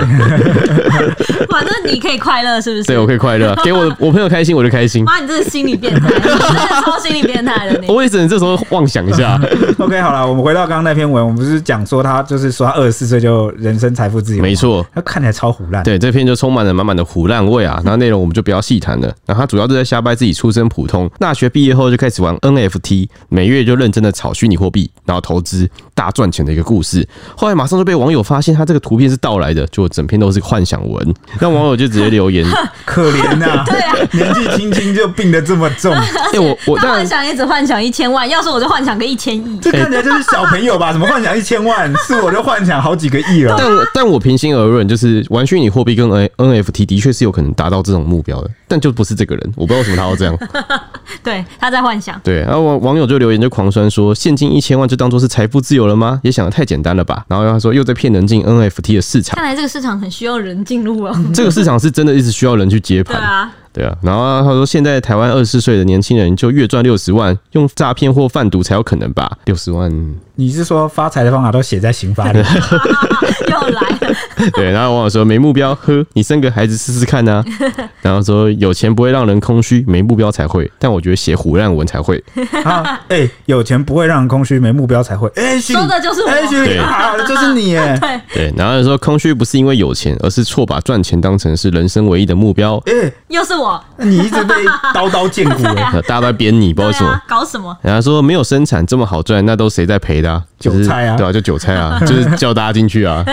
[SPEAKER 2] 反正你可以快乐，是不是？
[SPEAKER 1] 对，我可以快乐，给我 我朋友开心，我就开心。
[SPEAKER 2] 妈，你这是心理变态，你真的超心理变态的你。
[SPEAKER 1] 我也只能这时候妄想一下，
[SPEAKER 3] OK，好了，我们回到刚刚那篇文，我们不是讲说他就是说他二十四岁就人生财富自由，
[SPEAKER 2] 啊
[SPEAKER 1] 没，错。
[SPEAKER 3] 他看起来超胡乱，，
[SPEAKER 1] 对，这篇就充满了满满的胡烂味
[SPEAKER 2] 嗯
[SPEAKER 1] 啊，然后内容我们就不要细谈了。然后他主要就在瞎掰自己出身普通，大学毕业后就开始玩 NFT，每月就认真的炒虚拟货币，然后投资大赚钱的一个故事。后来马上就被网友发现他这个图片是盗来的，就整篇都是幻想 文，那网友就直接留言，
[SPEAKER 3] 可怜呐、年纪轻轻就病得这么重，
[SPEAKER 1] 哎、我 我
[SPEAKER 2] 他
[SPEAKER 1] 当
[SPEAKER 2] 幻
[SPEAKER 1] 然。
[SPEAKER 2] 想也只幻想一千万，要是我就幻想个一千亿。
[SPEAKER 3] 这看起来就是小朋友吧？什么幻想一千万，是我就幻想好几个亿了。
[SPEAKER 1] 但我但我平心而论，就是玩虚拟货币跟 N NFT 的确是有可能达到这种目标的，但就不是这个人，我不知道为什么他要这样。
[SPEAKER 2] 对，他在幻想。
[SPEAKER 1] 对，然后网网友就留言就狂酸说，现金一千万就当做是财富自由了吗？也想的太简单了吧。然后他说又在骗人进 NFT 的市 场，
[SPEAKER 2] 看来这个市场很需要人进入哦。
[SPEAKER 1] 这个市场是真的一直需要人去接
[SPEAKER 2] 对
[SPEAKER 1] 盘，
[SPEAKER 2] 啊，
[SPEAKER 1] 对啊。然后他说现在台湾二十四岁的年轻人就月赚六十万，用诈骗或贩毒才有可能吧？六十万，
[SPEAKER 3] 你是说发财的方法都写在刑法里？
[SPEAKER 2] 又来了。
[SPEAKER 1] 对。然后网友说没目标，呵，你生个孩子试试看呐、然后说有钱不会让人空虚，没目标才会，但我觉得写胡乱文才会。
[SPEAKER 3] 啊，哎、有钱不会让人空虚，没目标才会。哎、欸，
[SPEAKER 2] 说的就是我
[SPEAKER 3] 哎、欸，
[SPEAKER 1] 对
[SPEAKER 3] 啊，就是你耶。 哎、
[SPEAKER 1] 对，然后他说空虚不是因为有钱，而是错把赚钱当成是人生唯一的目标。
[SPEAKER 2] 又是我，
[SPEAKER 3] 哎你一直被刀刀见骨 哎。
[SPEAKER 1] 呃大家都在编你，不知
[SPEAKER 2] 对
[SPEAKER 1] 道为什么
[SPEAKER 2] 啊。，搞什么？
[SPEAKER 1] 人家说没有生产这么好赚，那都谁在赔的、啊？就是
[SPEAKER 3] 韭菜啊
[SPEAKER 1] 对啊，就韭菜啊，就是叫大家进去 啊。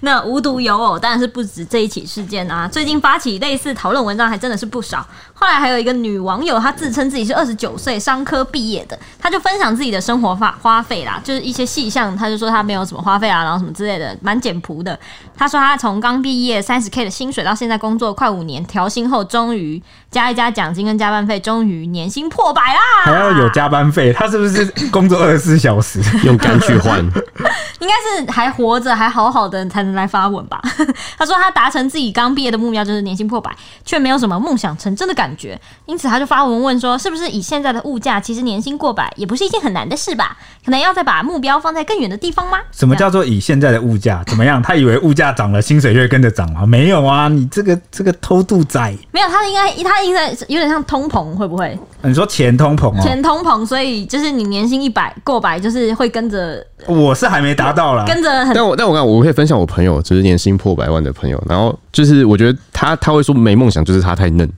[SPEAKER 2] 那无独有偶，当然是不止这一起事件啊。最近发起类似讨论文章还真的是不少。后来还有一个女网友，她自称自己是二十九岁商科毕业的，她就分享自己的生活花花费啦，就是一些细项，她就说她没有什么花费啊，然后什么之类的，蛮简朴的。她说她从刚毕业三十 K 的薪水到现在工作快五年，调薪后终于加一加奖金跟加班费，终于年薪破百啦！
[SPEAKER 3] 还要有加班费，他是不是工作二十四小时？
[SPEAKER 1] 用肝去换，
[SPEAKER 2] 应该是还活着、还好好的才能来发文吧。 他说他达成自己刚毕业的目标就是年薪破百，却没有什么梦想成真的感觉，因此他就发文问说，是不是以现在的物价，其实年薪过百也不是一件很难的事吧？可能要再把目标放在更远的地方吗？
[SPEAKER 3] 什么叫做以现在的物价怎么样？他以为物价涨了，薪水就会跟着涨吗？没有啊，你这个这个偷渡仔，
[SPEAKER 2] 没有？他应该他应该有点像通膨，会不会
[SPEAKER 3] 你说钱通膨哦，
[SPEAKER 2] 全通膨？所以就是你年薪一百过百，就是会跟着
[SPEAKER 3] 我是还没达到啦。
[SPEAKER 2] 跟着很。
[SPEAKER 1] 但我但我看我会分享我朋友，就是年薪破百万的朋友，然后就是我觉得他他会说没梦想，就是他太嫩。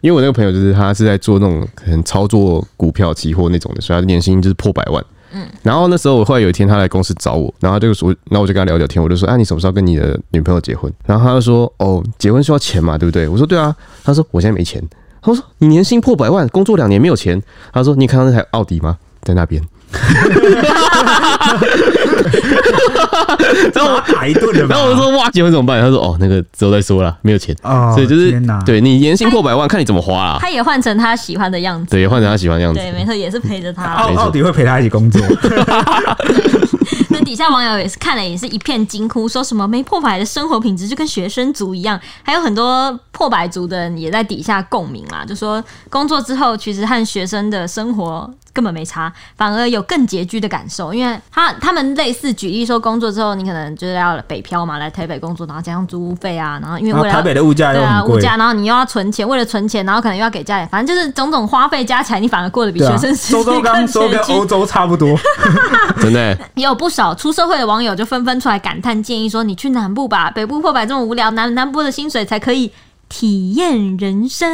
[SPEAKER 1] 因为我那个朋友就是他是在做那种可能操作股票、期货那种的，所以他年薪就是破百万。嗯，然后那时候我后来有一天他来公司找我，然后他就说，然后我就跟他聊聊天，我就说，啊，你什么时候跟你的女朋友结婚？然后他就说，哦，结婚需要钱嘛，对不对？我说对啊。他说我现在没钱。他说你年薪破百万，工作两年没有钱。他说你看到那台奥迪吗？在那边。然后我
[SPEAKER 3] 打一顿了吧
[SPEAKER 1] 然后我就说哇，结婚怎么办？他说哦，那个之后再说啦，没有钱。
[SPEAKER 3] 哦
[SPEAKER 1] 所以就是
[SPEAKER 3] 天哪
[SPEAKER 1] 对你年薪破百万，看你怎么花啊。
[SPEAKER 2] 他也换成他喜欢的样子，
[SPEAKER 1] 对，换成他喜欢的样子。
[SPEAKER 2] 对，没错，也是陪着他。
[SPEAKER 3] 啊奥
[SPEAKER 1] 没错
[SPEAKER 3] 奥迪会陪他一起工作，
[SPEAKER 2] 那底下网友也是看了，也是一片惊呼，说什么没破百的生活品质就跟学生族一样，还有很多破百族的人也在底下共鸣啦，就说工作之后其实和学生的生活根本没差，反而有更拮据的感受，因为他他们类似举例说，工作之后你可能就是要北漂嘛，来台北工作，然后加上租屋费啊，然后因为
[SPEAKER 3] 然后
[SPEAKER 2] 为了
[SPEAKER 3] 台
[SPEAKER 2] 要
[SPEAKER 3] 北的物价
[SPEAKER 2] 对
[SPEAKER 3] 又
[SPEAKER 2] 啊，
[SPEAKER 3] 很
[SPEAKER 2] 物
[SPEAKER 3] 贵，
[SPEAKER 2] 价，然后你又要存钱，为了存钱，然后可能又要给家里，反正就是种种花费加起来，你反而过得比
[SPEAKER 3] 对啊，
[SPEAKER 2] 学生时期
[SPEAKER 3] 周周刚
[SPEAKER 2] 更
[SPEAKER 3] 说跟
[SPEAKER 2] 拮据
[SPEAKER 3] 欧洲差不多。
[SPEAKER 1] 真的欸。
[SPEAKER 2] 也有不少出社会的网友就纷纷出来感叹，建议说：“你去南部吧，北部破百这么无聊，南南部的薪水才可以体验人生。”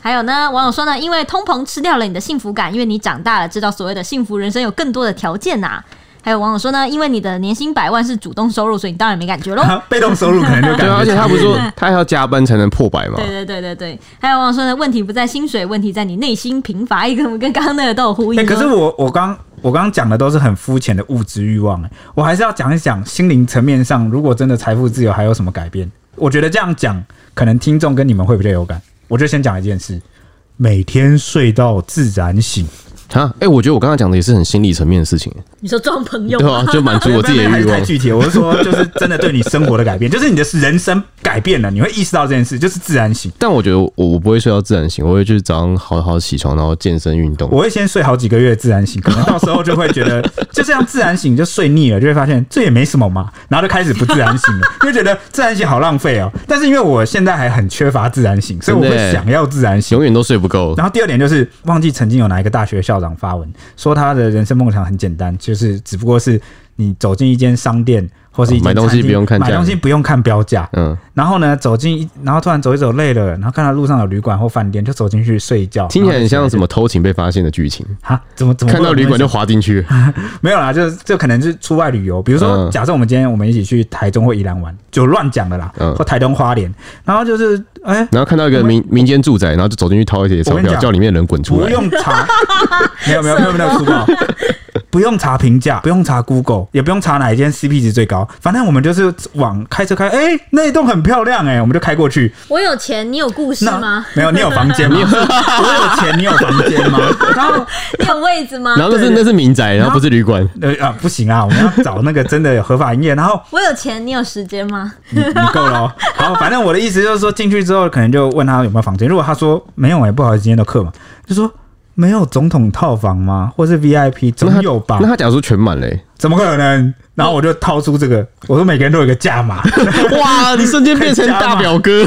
[SPEAKER 2] 还有呢，网友说呢，因为通膨吃掉了你的幸福感，因为你长大了，知道所谓的幸福人生有更多的条件呐、啊还有网友说呢，因为你的年薪百万是主动收入，所以你当然没感 觉喽。
[SPEAKER 3] 被动收入可能就感
[SPEAKER 1] 哦对
[SPEAKER 3] 觉，
[SPEAKER 1] 啊，而且他不是说他还要加班才能破百吗？
[SPEAKER 2] 对对对对对，还有网友说呢，问题不在薪水，问题在你内心贫乏。一个我们跟刚刚那个都有呼应
[SPEAKER 3] 哎、
[SPEAKER 2] 哦、
[SPEAKER 3] 可是我我刚我刚刚讲的都是很肤浅的物质欲望、哎，我还是要讲一讲心灵层面上，如果真的财富自由还有什么改变？我觉得这样讲，可能听众跟你们会比较有感。我就先讲一件事：每天睡到自然醒，
[SPEAKER 1] 啊，哎、我觉得我刚刚讲的也是很心理层面的事情，
[SPEAKER 2] 你说装朋友
[SPEAKER 1] 对
[SPEAKER 2] 吗
[SPEAKER 1] 啊，就满足我自 己的
[SPEAKER 3] 还
[SPEAKER 1] 欲
[SPEAKER 3] 是太
[SPEAKER 1] 望。
[SPEAKER 3] 具体了。我是说，就是真的对你生活的改变， 就是你的人生改变了，你会意识到这件事，就是自然醒。
[SPEAKER 1] 但我觉得我我不会睡到自然醒，我会就是早上好好起床，然后健身运动。
[SPEAKER 3] 我会先睡好几个月自然醒，可能到时候就会 觉得就这样自然醒就睡腻了，就会发现这也没什么嘛，然后就开始不自然醒 了，就觉得自然醒好浪费哦。但是因为我现在还很缺乏自然醒，所以我
[SPEAKER 1] 真的耶
[SPEAKER 3] 会想要自然醒。
[SPEAKER 1] 永远都睡不够，
[SPEAKER 3] 然后第二点就是忘记曾经有哪一个大学校长发文说他的人生梦想很简单，就是只不过是你走进一间商店或是一
[SPEAKER 1] 哦买
[SPEAKER 3] 间
[SPEAKER 1] 东西
[SPEAKER 3] 餐厅
[SPEAKER 1] 不用看价
[SPEAKER 3] 买东西不用看标 价，
[SPEAKER 1] 嗯，
[SPEAKER 3] 然后呢走进一，然后突然走一走累了，然后看到路上有旅馆或饭店就走进去睡一觉，
[SPEAKER 1] 听起来很像
[SPEAKER 3] 然后就
[SPEAKER 1] 什么偷情被发现的剧 情，
[SPEAKER 3] 啊？怎么怎么
[SPEAKER 1] 看到
[SPEAKER 3] 会有
[SPEAKER 1] 旅馆
[SPEAKER 3] 这
[SPEAKER 1] 就
[SPEAKER 3] 种
[SPEAKER 1] 滑进去，
[SPEAKER 3] 没有啦，就是这可能是出外旅游，比如说
[SPEAKER 1] 嗯
[SPEAKER 3] 假设我们今天我们一起去台中或宜兰玩，就乱讲的啦，
[SPEAKER 1] 嗯
[SPEAKER 3] 或台东花莲，然后就是哎、
[SPEAKER 1] 然后看到一个民民间住宅，然后就走进去掏一些钞
[SPEAKER 3] 我跟你
[SPEAKER 1] 票，
[SPEAKER 3] 讲
[SPEAKER 1] 叫里面的人滚出
[SPEAKER 3] 不
[SPEAKER 1] 来。
[SPEAKER 3] 用查，没有没有没有没有粗暴，不用查评价，不用查 Google，也不用查哪一间 CP 值最高，反正我们就是往开车开，哎、那一栋很漂亮哎、我们就开过去，
[SPEAKER 2] 我有钱，你有故事
[SPEAKER 3] 那
[SPEAKER 2] 吗？
[SPEAKER 3] 没有你有房间吗？我有钱，你有房间吗？然后
[SPEAKER 2] 你有位置吗？
[SPEAKER 1] 然后那是那是民宅，然后不是旅馆，
[SPEAKER 3] 呃啊不行啊，我们要找那个真的有合法营业，然后
[SPEAKER 2] 我有钱，你有时间吗？
[SPEAKER 3] 你你够 了、哦。好，反正我的意思就是说，进去之后可能就问他有没有房间，如果他说没有哎、不好意思，今天都客嘛，就说没有总统套房吗？或是 VIP
[SPEAKER 1] 那
[SPEAKER 3] 总
[SPEAKER 1] 他
[SPEAKER 3] 有吧
[SPEAKER 1] 那？他假如说全 满嘞，
[SPEAKER 3] 怎么可能？然后我就掏出这个，我说每个人都有一个 价码，
[SPEAKER 1] 哇，你瞬间变成大表 哥，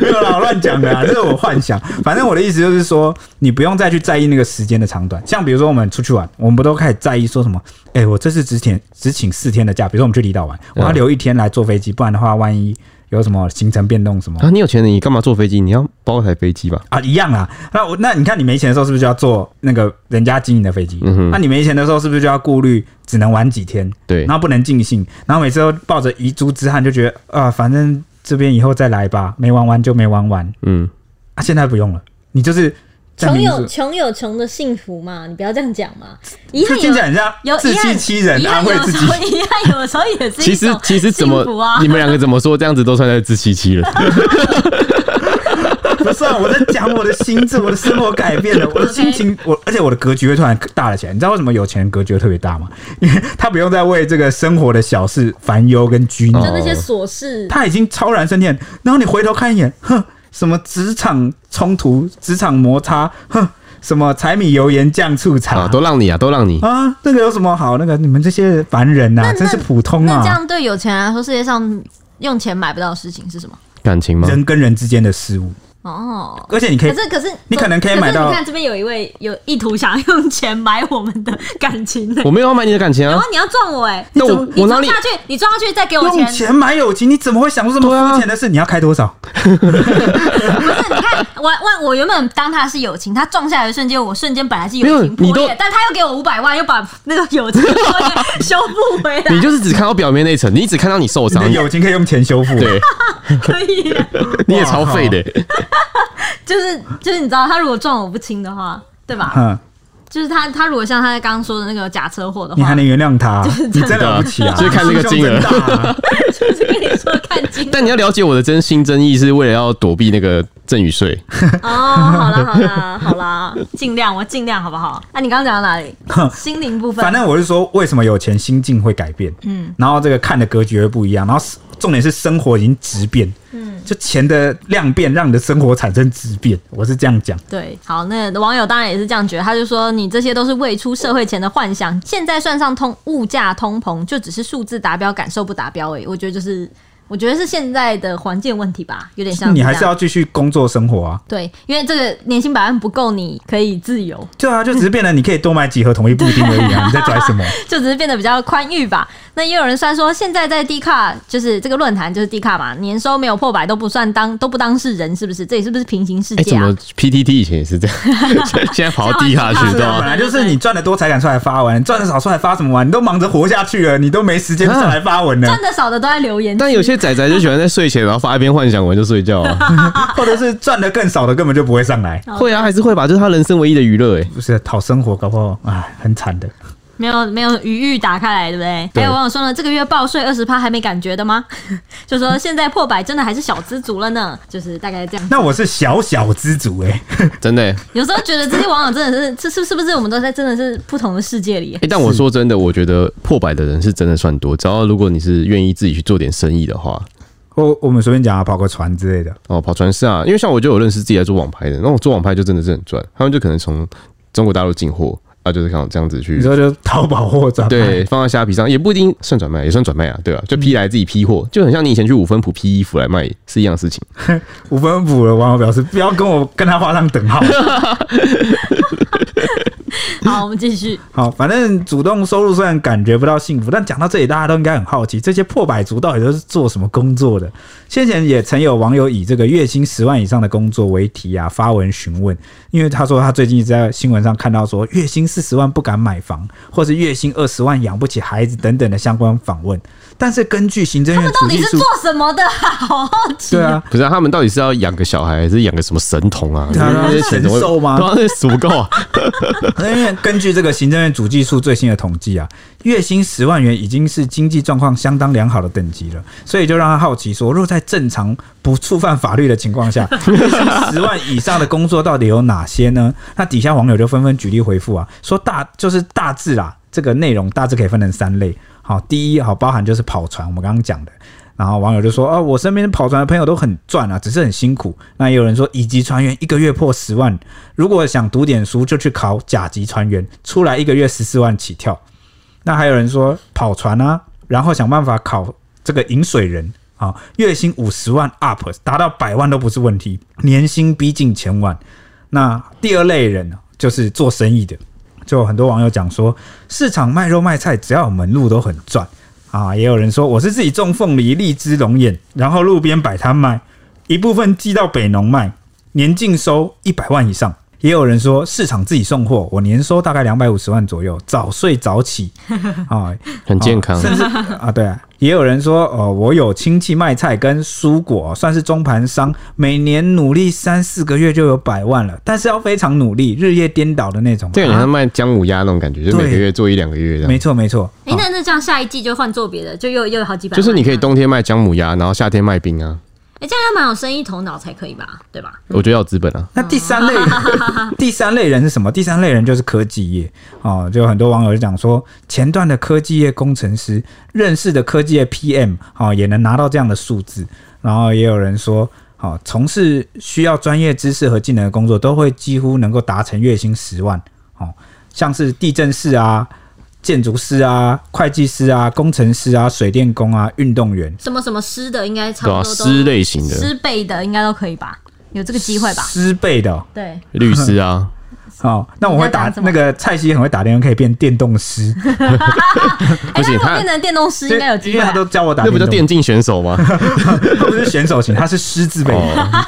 [SPEAKER 3] 没有啦，我乱讲的啦，这是我幻想。反正我的意思就是说，你不用再去在意那个时间的长短。像比如说我们出去玩，我们不都开始在意说什么？哎、我这次只请只请四天的假，比如说我们去离岛玩，我要
[SPEAKER 1] 嗯
[SPEAKER 3] 留一天来坐飞机，不然的话，万一有什么行程变动什么，
[SPEAKER 1] 啊，你有钱你干嘛坐飞机？你要包台飞机吧？
[SPEAKER 3] 啊，一样啊。那我那你看你没钱的时候，是不是就要坐那个人家经营的飞机？
[SPEAKER 1] 嗯哼
[SPEAKER 3] 那你没钱的时候，是不是就要顾虑只能玩几天，
[SPEAKER 1] 对
[SPEAKER 3] 然，后不能尽兴，然后每次都抱着遗珠之憾，就觉得啊、反正这边以后再来吧，没玩完就没玩完
[SPEAKER 1] 嗯，
[SPEAKER 3] 啊。现在不用了，你就是在
[SPEAKER 2] 穷
[SPEAKER 3] 民
[SPEAKER 2] 有
[SPEAKER 3] 宿
[SPEAKER 2] 穷有穷的幸福嘛，你不要这样讲嘛。遗
[SPEAKER 3] 这
[SPEAKER 2] 憾
[SPEAKER 3] 听起来很像
[SPEAKER 2] 有
[SPEAKER 3] 自欺欺人，
[SPEAKER 2] 遗憾
[SPEAKER 3] 安
[SPEAKER 2] 有
[SPEAKER 3] 慰
[SPEAKER 2] 时候
[SPEAKER 3] 自己。
[SPEAKER 2] 遗憾有时候也是
[SPEAKER 1] 其
[SPEAKER 2] 一
[SPEAKER 1] 实
[SPEAKER 2] 种
[SPEAKER 1] 其实怎么
[SPEAKER 2] 幸福啊
[SPEAKER 1] 你们两个怎么说这样子都算在自 欺欺人，
[SPEAKER 3] 不是、啊，我在讲我的心智，我的生活改 变了，我的心情，我而且我的格局会突然大了起来。你知道为什么有钱人格局会特别大吗？因为他不用再为这个生活的小事烦忧跟拘泥
[SPEAKER 1] 哦
[SPEAKER 2] 就，那些琐事，
[SPEAKER 3] 他已经超然升天。然后你回头看一眼， 哼，什么职场冲突、职场摩擦， 哼，什么柴米油盐酱醋茶
[SPEAKER 1] 啊，都让你啊，都 让你。
[SPEAKER 3] 啊，那个有什么好？那个你们这些凡人呐、
[SPEAKER 2] 那
[SPEAKER 3] 真是普通
[SPEAKER 2] 那这
[SPEAKER 3] 啊。
[SPEAKER 2] 样对有钱人来说，世界上用钱买不到的事情是什么？
[SPEAKER 1] 感情吗？
[SPEAKER 3] 人跟人之间的事物，
[SPEAKER 2] 哦。
[SPEAKER 3] 而且你可以
[SPEAKER 2] 可，是，可是
[SPEAKER 3] 你可能可以买到
[SPEAKER 2] 是你看这边有一位有意图想用钱买我们的感情的，
[SPEAKER 1] 我没有要买你的感情
[SPEAKER 2] 然
[SPEAKER 1] 啊
[SPEAKER 2] 后，你要撞我哎，
[SPEAKER 1] 那
[SPEAKER 2] 你
[SPEAKER 1] 我
[SPEAKER 2] 怎么
[SPEAKER 1] 我
[SPEAKER 2] 你
[SPEAKER 1] 哪
[SPEAKER 2] 撞
[SPEAKER 1] 里
[SPEAKER 2] 下去，你撞下去再给我
[SPEAKER 3] 用钱买友情，你怎么会想出这么
[SPEAKER 1] 啊
[SPEAKER 3] 肤浅的事？你要开多少？
[SPEAKER 2] 我我我原本当他是友情，他撞下来的瞬间，我瞬间本来是友
[SPEAKER 1] 没有
[SPEAKER 2] 情破
[SPEAKER 1] 你
[SPEAKER 2] 裂
[SPEAKER 1] 都，
[SPEAKER 2] 但他又给我五百万，又把那个友情破裂 修复回来
[SPEAKER 1] 你，就是只看到表面那一层，你只看到你受
[SPEAKER 3] 你的
[SPEAKER 1] 伤，
[SPEAKER 3] 友情可以用钱修复。啊
[SPEAKER 1] 对，
[SPEAKER 2] 可 以。
[SPEAKER 1] 你也超废的。
[SPEAKER 2] 就是就是你知道，他如果撞我不轻的话，对吧？
[SPEAKER 3] 哼，
[SPEAKER 2] 就是他他如果像他刚刚说的那个假车祸的
[SPEAKER 3] 你
[SPEAKER 2] 话
[SPEAKER 3] 还，能原谅他？你真了不起啊！
[SPEAKER 1] 就是看这个金额
[SPEAKER 3] 胸真大啊
[SPEAKER 2] 就是跟你说看金
[SPEAKER 1] 但你要了解我的真心真意，是为了要躲避那个赠与税。
[SPEAKER 2] 哦，好啦好啦好啦，尽量我尽量好不好？啊那、你刚刚讲到哪里？心灵部分，
[SPEAKER 3] 反正我是说，为什么有钱心境会改变？嗯，然后这个看的格局会不一样，然后重点是生活已经质变，嗯，就钱的量变让你的生活产生质变，我是这样讲。
[SPEAKER 2] 对，好，那网友当然也是这样觉得，他就说你这些都是未出社会前的幻想，现在算上通物价通膨，就只是数字达标，感受不达标而已。我觉得就是。我觉得是现在的环境问题吧，有点像
[SPEAKER 3] 你
[SPEAKER 2] 这
[SPEAKER 3] 还是
[SPEAKER 2] 样
[SPEAKER 3] 要继续工作生活啊。
[SPEAKER 2] 对，因为这个年薪百万不够，你可以自由，
[SPEAKER 3] 对啊，就只是变得你可以多买几盒同一布丁而 已啊，你在拽什么？
[SPEAKER 2] 就只是变得比较宽裕吧。那也有人虽然说现在在 D 卡，就是这个论坛就是 D 卡嘛，年收没有破百都不算当都不当事人，是不是？这也是不是平行世
[SPEAKER 1] 哎、
[SPEAKER 2] 界
[SPEAKER 1] 怎
[SPEAKER 2] 啊？
[SPEAKER 1] 么 PTT 以前也 是这样，现在现在跑到低卡去，
[SPEAKER 2] 是
[SPEAKER 1] 对
[SPEAKER 3] 对啊，
[SPEAKER 1] 吧？
[SPEAKER 3] 本来就是你赚的多才敢出来发文，赚的少出来发什么文？你都忙着活下去了，你都没时间上来发文呢。
[SPEAKER 2] 赚的少的都在留言区，
[SPEAKER 1] 但有些仔仔就喜欢在睡前，然后发一篇幻想文就睡觉啊。
[SPEAKER 3] 或者是赚的更少的根本就不会上来，
[SPEAKER 1] 会啊，还是会吧，就是他人生唯一的娱乐、哎，
[SPEAKER 3] 不是讨生活，搞不好哎，很惨的。
[SPEAKER 2] 没有没有余裕打开来，对不对？哎
[SPEAKER 1] 对
[SPEAKER 2] 还有网友说呢，这个月报税二十趴还没感觉的吗？ 就说现在破百真的还是小资族了呢，就是大概这样。
[SPEAKER 3] 那我是小小知足哎、
[SPEAKER 1] 真的、哎
[SPEAKER 2] 有时候觉得这些网友真的是，这是是不是我们都在真的是不同的世界里？
[SPEAKER 1] 哎、但我说真的，我觉得破百的人是真的算多。只要如果你是愿意自己去做点生意的话，
[SPEAKER 3] 我我们随便讲啊，跑个船之类的，
[SPEAKER 1] 哦，跑船是啊，因为像我就有认识自己在做网拍的，那我做网拍就真的是很赚。他们就可能从中国大陆进货啊，就是像这样子去
[SPEAKER 3] 你，说就淘宝货转卖
[SPEAKER 1] 对，放到虾皮上也不一定算转卖，也算转卖啊，对啊，就批来自己批货，就很像你以前去五分铺批衣服来卖是一样的事情。
[SPEAKER 3] 五分补了，网友表示不要跟我跟他画上等号。
[SPEAKER 1] 哎
[SPEAKER 2] 好，我们继 续。
[SPEAKER 3] 好，反正主动收入虽然感觉不到幸福，但讲到这里，大家都应该很好奇，这些破百族到底都是做什么工作的？先前也曾有网友以这个月薪十万以上的工作为题啊发文询问，因为他说他最近一直在新闻上看到说月薪四十万不敢买房，或是月薪二十万养不起孩子等等的相关访问。但是根据行政院
[SPEAKER 2] 到
[SPEAKER 3] 主
[SPEAKER 2] 底
[SPEAKER 3] 计
[SPEAKER 2] 是
[SPEAKER 3] 处
[SPEAKER 2] 做，什么的、啊？ 好好奇、
[SPEAKER 3] 对啊，
[SPEAKER 1] 不是、啊、他们到底是要养个小孩，还是养个什么神童啊？
[SPEAKER 3] 对啊
[SPEAKER 1] 那些钱怎么
[SPEAKER 3] 神兽吗
[SPEAKER 1] 对啊，那数不够啊。
[SPEAKER 3] 因为根据这个行政院主计处最新的统计啊，月薪十万元已经是经济状况相当良好的等级了，所以就让他好奇说，若在正常不触犯法律的情况下，月薪十万以上的工作到底有哪些呢？那底下网友就纷纷举例回复啊，说大就是大致啦，这个内容大致可以分成三类。好，第一好包含就是跑船，我们刚刚讲的。然后网友就说：“哦，我身边跑船的朋友都很赚啊，只是很辛苦。”那也有人说，乙级船员一个月破十万，如果想读点书，就去考甲级船员，出来一个月十四万起跳。那还有人说跑船啊，然后想办法考这个饮水人啊，月薪五十万 up，达到百万都不是问题，年薪逼近千万。那第二类人呢，就是做生意的，就有很多网友讲说，市场卖肉卖菜，只要有门路都很赚啊。也有人说我是自己种凤梨、荔枝、龙眼，然后路边摆摊卖，一部分寄到北农卖，年净收一百万以上。也有人说市场自己送货，我年收大概两百五十万左右，早睡早起啊，
[SPEAKER 1] 很健康
[SPEAKER 3] 哦甚至啊，对啊，也有人说，哦，我有亲戚卖菜跟蔬果，算是中盘商，每年努力三四个月就有百万了，但是要非常努力，日夜颠倒的那种。
[SPEAKER 1] 这个很像
[SPEAKER 3] 啊
[SPEAKER 1] 卖姜母鸭那种感觉，就
[SPEAKER 3] 对
[SPEAKER 1] 每个月做一两个月这
[SPEAKER 3] 没
[SPEAKER 1] 样。
[SPEAKER 3] 错没错，
[SPEAKER 2] 哎、那那这样下一季就换做别的，就又又有好几百万
[SPEAKER 1] 就是你可以
[SPEAKER 2] 这样，
[SPEAKER 1] 冬天卖姜母鸭，然后夏天卖冰啊。
[SPEAKER 2] 哎、这样要蛮有生意头脑才可以吧？对吧？
[SPEAKER 3] 嗯
[SPEAKER 1] 我觉得要有资本啊。
[SPEAKER 3] 那第三类， 第三类人是什么？第三类人就是科技业哦，就有很多网友就讲说，前段的科技业工程师认识的科技业 PM 哦，也能拿到这样的数字。然后也有人说，哦，从事需要专业知识和技能的工作，都会几乎能够达成月薪十万哦，像是地震师啊、建筑师啊、会计师啊、工程师啊、水电工啊、运动员。
[SPEAKER 2] 什么什么诗的应该差不多都
[SPEAKER 1] 对啊诗类型的
[SPEAKER 2] 诗辈的应该都可以吧？有这个机会吧？
[SPEAKER 3] 师辈的哦
[SPEAKER 2] 对，
[SPEAKER 1] 律师啊，
[SPEAKER 3] 哦，那我会
[SPEAKER 2] 你在
[SPEAKER 3] 打
[SPEAKER 2] 讲什么
[SPEAKER 3] 那个蔡西很会打电话，可以变电动师。
[SPEAKER 2] 哎、
[SPEAKER 1] 不
[SPEAKER 2] 那
[SPEAKER 1] 行
[SPEAKER 2] 如果
[SPEAKER 1] 他
[SPEAKER 2] 变成电动师应该有机
[SPEAKER 3] 因
[SPEAKER 2] 会、
[SPEAKER 3] 为他
[SPEAKER 2] 啊。
[SPEAKER 3] 都教我打
[SPEAKER 1] 那
[SPEAKER 3] 电
[SPEAKER 1] 不
[SPEAKER 3] 动，
[SPEAKER 1] 叫电竞选手 吗？
[SPEAKER 3] 他不是选手型，他是狮字辈。
[SPEAKER 1] 哦，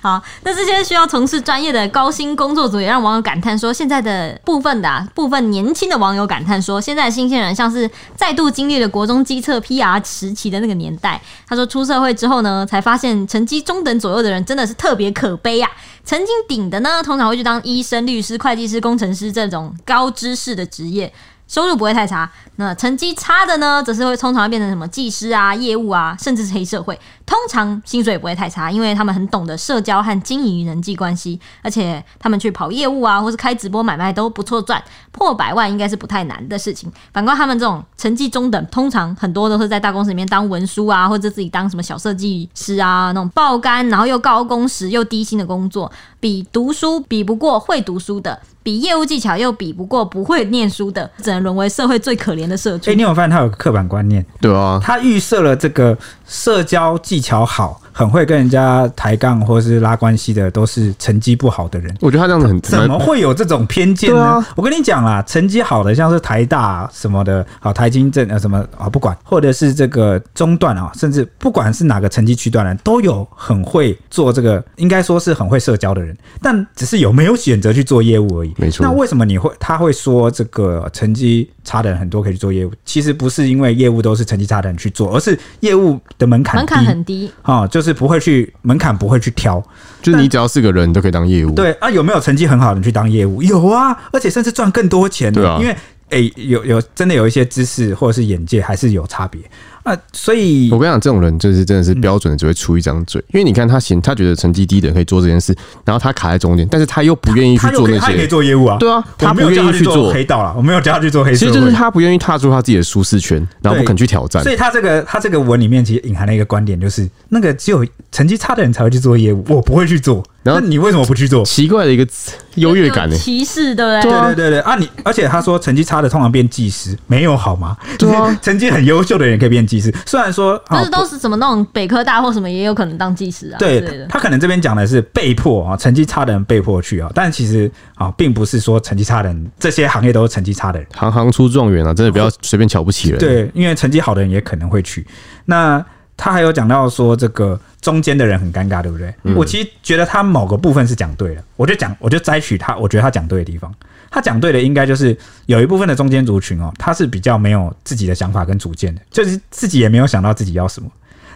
[SPEAKER 2] 好，那这些需要从事专业的高薪工作组也让网友感叹说，现在的部分的、啊、部分年轻的网友感叹说，现在的新鲜人像是再度经历了国中机测 PR 时期的那个年代。他说，出社会之后呢，才发现成绩中等左右的人真的是特别可悲呀、曾经顶的呢，通常会去当医生、律师、会计师、工程师这种高知识的职业。收入不会太差，那成绩差的呢，则是会通常会变成什么技师啊、业务啊，甚至是黑社会。通常薪水也不会太差，因为他们很懂得社交和经营人际关系，而且他们去跑业务啊，或是开直播买卖都不错赚，破百万应该是不太难的事情。反观他们这种成绩中等，通常很多都是在大公司里面当文书啊，或者自己当什么小设计师啊那种爆肝，然后又高工时又低薪的工作，比读书比不过会读书的。比比业务技巧又比不过不会念书的，只能沦为社会最可怜的社畜
[SPEAKER 3] 哎、。你有没有发现他有个刻板观念？
[SPEAKER 1] 对啊，
[SPEAKER 3] 他预设了这个社交技巧好、很会跟人家抬杠或是拉关系的，都是成绩不好的人。
[SPEAKER 1] 我觉得他这样子很
[SPEAKER 3] 怎么会有这种偏见
[SPEAKER 1] 对
[SPEAKER 3] 呢？
[SPEAKER 1] 啊
[SPEAKER 3] 我跟你讲啦，成绩好的像是台大什么的，好台经政呃什么啊不管，或者是这个中段啊，甚至不管是哪个成绩区段的人，都有很会做这个，应该说是很会社交的人，但只是有没有选择去做业务而已。
[SPEAKER 1] 没错
[SPEAKER 3] 那为什么你会他会说这个成绩差的人很多可以去做业务？其实不是因为业务都是成绩差的人去做，而是业务的门槛
[SPEAKER 2] 门槛
[SPEAKER 3] 低
[SPEAKER 2] 很低，
[SPEAKER 3] 啊、就是不会去门槛不会去挑。
[SPEAKER 1] 就是你只要是个人，你都可以当业务。，
[SPEAKER 3] 对啊，有没有成绩很好的人去当业务？有啊，而且甚至赚更多钱呢。
[SPEAKER 1] 对啊
[SPEAKER 3] 因为诶、有有真的有一些知识或者是眼界还是有差别啊，所以
[SPEAKER 1] 我跟你讲，这种人就是真的是标准的，只会出一张嘴。因为你看他嫌他觉得成绩低的人可以做这件事，然后他卡在中间，但是他又不愿意去
[SPEAKER 3] 他又
[SPEAKER 1] 做
[SPEAKER 3] 可以
[SPEAKER 1] 那
[SPEAKER 3] 他也可以
[SPEAKER 1] 些。
[SPEAKER 3] 做业务啊，
[SPEAKER 1] 对啊
[SPEAKER 3] 我
[SPEAKER 1] 他
[SPEAKER 3] 没有
[SPEAKER 1] 不
[SPEAKER 3] 叫
[SPEAKER 1] 愿意
[SPEAKER 3] 他去
[SPEAKER 1] 去做
[SPEAKER 3] 黑道了，我没有叫他去做黑
[SPEAKER 1] 其
[SPEAKER 3] 社
[SPEAKER 1] 实
[SPEAKER 3] 会，
[SPEAKER 1] 就是他不愿意踏出他自己的舒适圈，然后不肯去挑战
[SPEAKER 3] 所。以他这个他这个文里面其实隐含了一个观点，就是那个只有成绩差的人才会去做业务，我不会去做。
[SPEAKER 1] 然后
[SPEAKER 3] 那你为什么不去做？
[SPEAKER 1] 奇怪的一个优越感呢、
[SPEAKER 2] 有歧视，对不对？
[SPEAKER 3] 对对对对啊你！而且他说成绩差的通常变技师，没有好吗？
[SPEAKER 1] 对啊
[SPEAKER 3] 成绩很优秀的人也可以变技师。虽然说，
[SPEAKER 2] 但
[SPEAKER 3] 哦
[SPEAKER 2] 是都是什么那种北科大或什么也有可能当技师啊之类
[SPEAKER 3] 对
[SPEAKER 2] 的。
[SPEAKER 3] 他可能这边讲的是被迫啊，成绩差的人被迫去啊，但其实啊，并不是说成绩差的人这些行业都是成绩差的人，
[SPEAKER 1] 行行出状元啊，真的不要随便瞧不起人。，
[SPEAKER 3] 对，因为成绩好的人也可能会去。那他还有讲到说，这个中间的人很尴尬，对不对？我其实觉得他某个部分是讲对了，我就讲，我就摘取他，我觉得他讲对的地方。他讲对的应该就是有一部分的中间族群哦，他是比较没有自己的想法跟主见的，就是自己也没有想到自己要什么。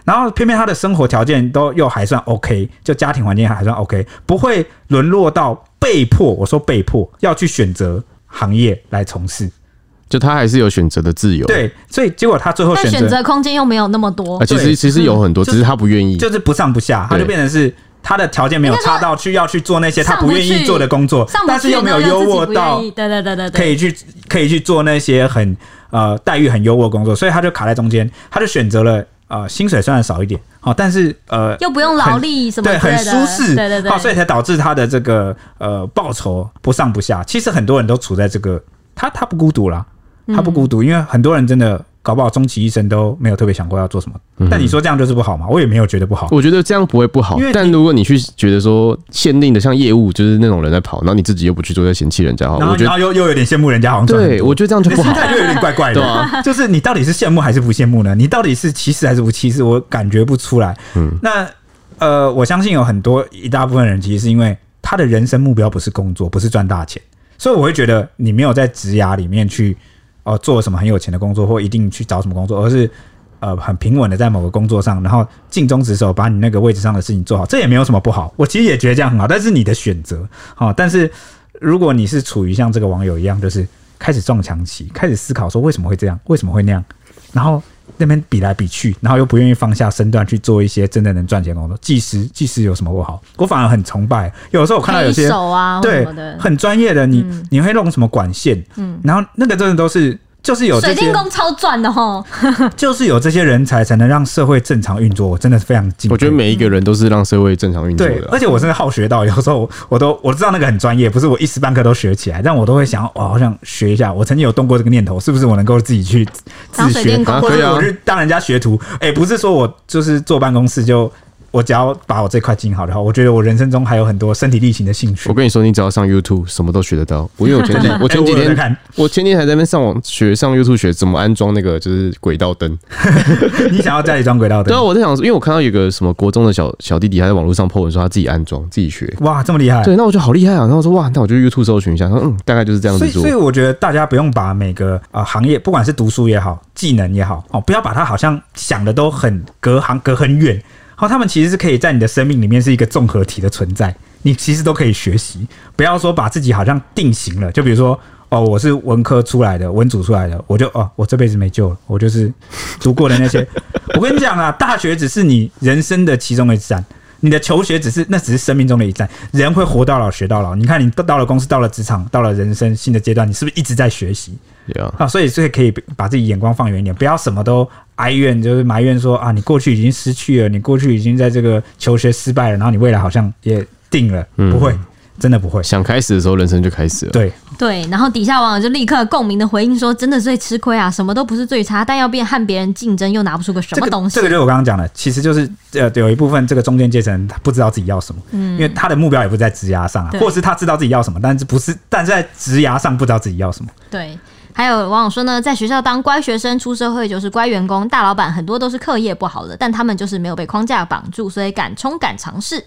[SPEAKER 3] 然后偏偏他的生活条件都又还算 OK，就家庭环境还算 OK，不会沦落到被迫，我说被迫要去选择行业来从事。
[SPEAKER 1] 就他还是有选择的自由。
[SPEAKER 3] 对，所以结果他最后
[SPEAKER 2] 但
[SPEAKER 3] 选择
[SPEAKER 2] 选择空间又没有那么多
[SPEAKER 1] 啊，，其
[SPEAKER 3] 对
[SPEAKER 1] 实其实有很多，
[SPEAKER 3] 就
[SPEAKER 1] 只是他不愿意。
[SPEAKER 3] 就是不上不下，他
[SPEAKER 1] 对
[SPEAKER 3] 就变成是他的条件没有差到去要去做那些他不愿意做的工作
[SPEAKER 2] 上，不去
[SPEAKER 3] 但是又没有优渥
[SPEAKER 2] 然后又
[SPEAKER 3] 到
[SPEAKER 2] 自己不愿意对对对对对，
[SPEAKER 3] 可以去可以去做那些很呃待遇很优渥的工作，所以他就卡在中间，他就选择了呃薪水虽然少一点，好、但是呃
[SPEAKER 2] 又不用劳力什么
[SPEAKER 3] 对
[SPEAKER 2] 之类
[SPEAKER 3] 很
[SPEAKER 2] 的，
[SPEAKER 3] 舒适，
[SPEAKER 2] 对对对，
[SPEAKER 3] 好所以才导致他的这个呃报酬不上不下。其实很多人都处在这个，他他不孤独啦，他
[SPEAKER 2] 嗯
[SPEAKER 3] 不孤独，因为很多人真的。搞不好终其一生都没有特别想过要做什么，但你说这样就是不好嘛？我也没有觉得不好，
[SPEAKER 1] 我觉得这样不会不好
[SPEAKER 3] 因为，
[SPEAKER 1] 但如果你去觉得说限定的像业务就是那种人在跑，然后你自己又不去做，在嫌弃人家的话，
[SPEAKER 3] 然
[SPEAKER 1] 哦
[SPEAKER 3] 后
[SPEAKER 1] 我觉
[SPEAKER 3] 然
[SPEAKER 1] 得
[SPEAKER 3] 后又又有点羡慕人家好像赚很
[SPEAKER 1] 对，
[SPEAKER 3] 多
[SPEAKER 1] 我觉得这样就
[SPEAKER 3] 你
[SPEAKER 1] 不
[SPEAKER 3] 的心
[SPEAKER 1] 好。
[SPEAKER 3] 态就有点怪怪的，
[SPEAKER 1] 对啊
[SPEAKER 3] 就是你到底是羡慕还是不羡慕呢？你到底是歧视还是不歧视？我感觉不出来。嗯，那呃，我相信有很多一大部分人其实是因为他的人生目标不是工作，不是赚大钱，所以我会觉得你没有在职涯里面去哦、呃做什么很有钱的工作，或一定去找什么工作，而是。呃，很平稳的在某个工作上，然后尽忠职守，把你那个位置上的事情做好，这也没有什么不好。我其实也觉得这样很好，但是你的选择，哦，但是如果你是处于像这个网友一样，就是开始撞墙期，开始思考说为什么会这样，为什么会那样，然后那边比来比去，然后又不愿意放下身段去做一些真的能赚钱的工作。技师，技师有什么不好？我反而很崇拜。有时候我看到有
[SPEAKER 2] 黑
[SPEAKER 3] 些
[SPEAKER 2] 手啊或什
[SPEAKER 3] 对
[SPEAKER 2] 么的，
[SPEAKER 3] 很专业的，你、
[SPEAKER 2] 嗯
[SPEAKER 3] 你会弄什么管线，嗯，然后那个真的都是。就是有这
[SPEAKER 2] 水
[SPEAKER 3] 些
[SPEAKER 2] 电，工超赚的哦吼，
[SPEAKER 3] 就是有这些人才，才能让社会正常运作。我真的非常敬佩。
[SPEAKER 1] 我觉得每一个人都是让社会正常运作
[SPEAKER 3] 嗯对
[SPEAKER 1] 的，啊
[SPEAKER 3] 而。且我真的好学到，有时候我 我都我知道那个很专业，不是我一时半刻都学起来，但我都会想，哦，好想学一下。我曾经有动过这个念头，是不是我能够自己去自
[SPEAKER 2] 当水
[SPEAKER 3] 学
[SPEAKER 2] 电，工
[SPEAKER 1] 啊
[SPEAKER 3] 或
[SPEAKER 1] 可以
[SPEAKER 3] 者
[SPEAKER 1] 啊
[SPEAKER 3] 我去当人家学徒？哎、不是说我就是坐办公室就。我只要把我这块经营好的话，我觉得我人生中还有很多身体力行的兴趣
[SPEAKER 1] 我。跟你说，你只要上 YouTube，什么都学得到。我因为我 前几我前几
[SPEAKER 3] 哎我有在
[SPEAKER 1] 天
[SPEAKER 3] 看
[SPEAKER 1] 我前几天还在那边上网学上 YouTube 学怎么安装那个就是轨道灯。
[SPEAKER 3] 你想要家里装轨道
[SPEAKER 1] 对啊，
[SPEAKER 3] 灯？
[SPEAKER 1] 我在想说，因为我看到有个什么国中的小小弟弟，他在网络上 po 文说他自己安装自己学。
[SPEAKER 3] 哇，这么厉害！
[SPEAKER 1] 对，那我就好厉害啊！然后我说哇，那我就 YouTube 搜寻一下，然后嗯，大概就是这样
[SPEAKER 3] 所
[SPEAKER 1] 子
[SPEAKER 3] 以，
[SPEAKER 1] 做
[SPEAKER 3] 所以。我觉得大家不用把每个呃行业，不管是读书也好，技能也好，哦，不要把它好像想的都很隔行隔很远。好、他们其实是可以在你的生命里面是一个综合体的存在，你其实都可以学习。不要说把自己好像定型了，就比如说。哦，我是文科出来的，文组出来的，我就哦，我这辈子没救了，我就是读过的那些。 我跟你讲啊，大学只是你人生的其中的一站，你的求学只是那只是生命中的一站，人会活到老学到老。你看，你到到了公司，到了职场，到了人生新的阶段，你是不是一直在学习
[SPEAKER 1] 对啊，
[SPEAKER 3] 啊？所以，所以可以把自己眼光放远一点，不要什么都哀怨，就是埋怨说啊，你过去已经失去了，你过去已经在这个求学失败了，然后你未来好像也定了，不会。真的不会。
[SPEAKER 1] 想开始的时候，人生就开始了。
[SPEAKER 3] 对，
[SPEAKER 2] 对，然后底下网友就立刻共鸣的回应说：“真的最吃亏啊，什么都不是最差，但要变和别人竞争又拿不出个什
[SPEAKER 3] 这
[SPEAKER 2] 么
[SPEAKER 3] 个
[SPEAKER 2] 东西。啊
[SPEAKER 3] 这个就是我刚刚讲的，其实就是呃，有一部分这个中间阶层他不知道自己要什么，因为他的目标也不在职涯上啊，
[SPEAKER 2] 嗯对
[SPEAKER 3] 或者是他知道自己要什么，但是不是，但是在职涯上不知道自己要什么。
[SPEAKER 2] 对，还有网友说呢，在学校当乖学生，出社会就是乖员工，大老板很多都是课业不好的，但他们就是没有被框架绑住，所以敢冲敢尝试。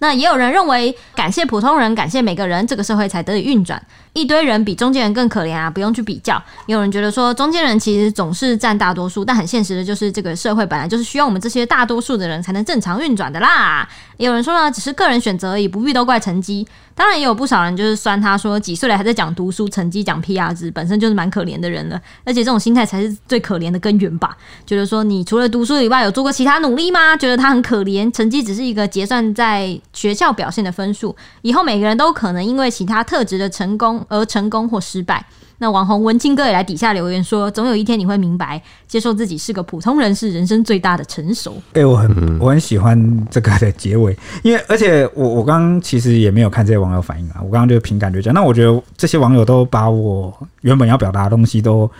[SPEAKER 2] 那也有人认为，感谢普通人，感谢每个人，这个社会才得以运转。一堆人比中间人更可怜啊，不用去比较。也有人觉得说，中间人其实总是占大多数，但很现实的就是，这个社会本来就是需要我们这些大多数的人才能正常运转的啦。也有人说呢，只是个人选择而已，不必都怪成绩。当然，也有不少人就是酸他说，几岁了还在讲读书成绩、讲 PR 值，本身就是蛮可怜的人了。而且这种心态才是最可怜的根源吧？觉得说，你除了读书以外，有做过其他努力吗？觉得他很可怜，成绩只是一个结算在学校表现的分数。以后每个人都可能因为其他特质的成功而成功或失败。那网红文青哥也来底下留言说，总有一天你会明白，接受自己是个普通人是人生最大的成熟。
[SPEAKER 3] 哎、我很、我很喜欢这个的结尾，因为而且我我刚刚其实也没有看这些网友反应啊，我刚刚就凭感觉讲，那我觉得这些网友都把我原本要表达的东西都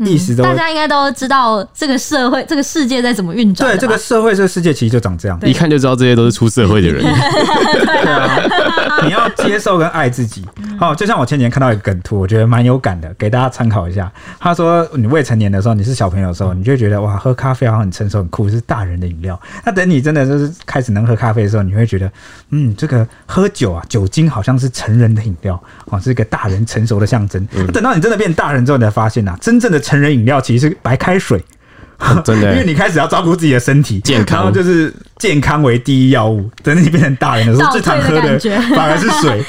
[SPEAKER 3] 意识都、
[SPEAKER 2] 嗯大家应该都知道这个社会、这个世界在怎么运转的
[SPEAKER 3] 对
[SPEAKER 2] 吧。
[SPEAKER 3] 这个社会这个世界其实就长这样，
[SPEAKER 1] 一看就知道这些都是出社会的人。
[SPEAKER 3] 对啊，你要接受跟爱自己。
[SPEAKER 2] 嗯
[SPEAKER 3] 好、就像我前几天看到一个梗图，我觉得蛮有感的，给大家参考一下。他说，你未成年的时候，你是小朋友的时候，你就会觉得哇，喝咖啡好像很成熟、很酷，是大人的饮料。那等你真的就是开始能喝咖啡的时候，你会觉得，嗯，这个喝酒啊，酒精好像是成人的饮料，哦，是一个大人成熟的象征。
[SPEAKER 1] 嗯
[SPEAKER 3] 等到你真的变大人之后，你才发现啊，真正的成人饮料其实是白开水。
[SPEAKER 1] 真的欸
[SPEAKER 3] 因为你开始要照顾自己的身体
[SPEAKER 1] 健康
[SPEAKER 3] 然后就是健康为第一要务。等你变成大人的时候，
[SPEAKER 2] 倒退
[SPEAKER 3] 最常
[SPEAKER 2] 的
[SPEAKER 3] 喝
[SPEAKER 2] 感
[SPEAKER 3] 的
[SPEAKER 2] 觉
[SPEAKER 3] 反而是水。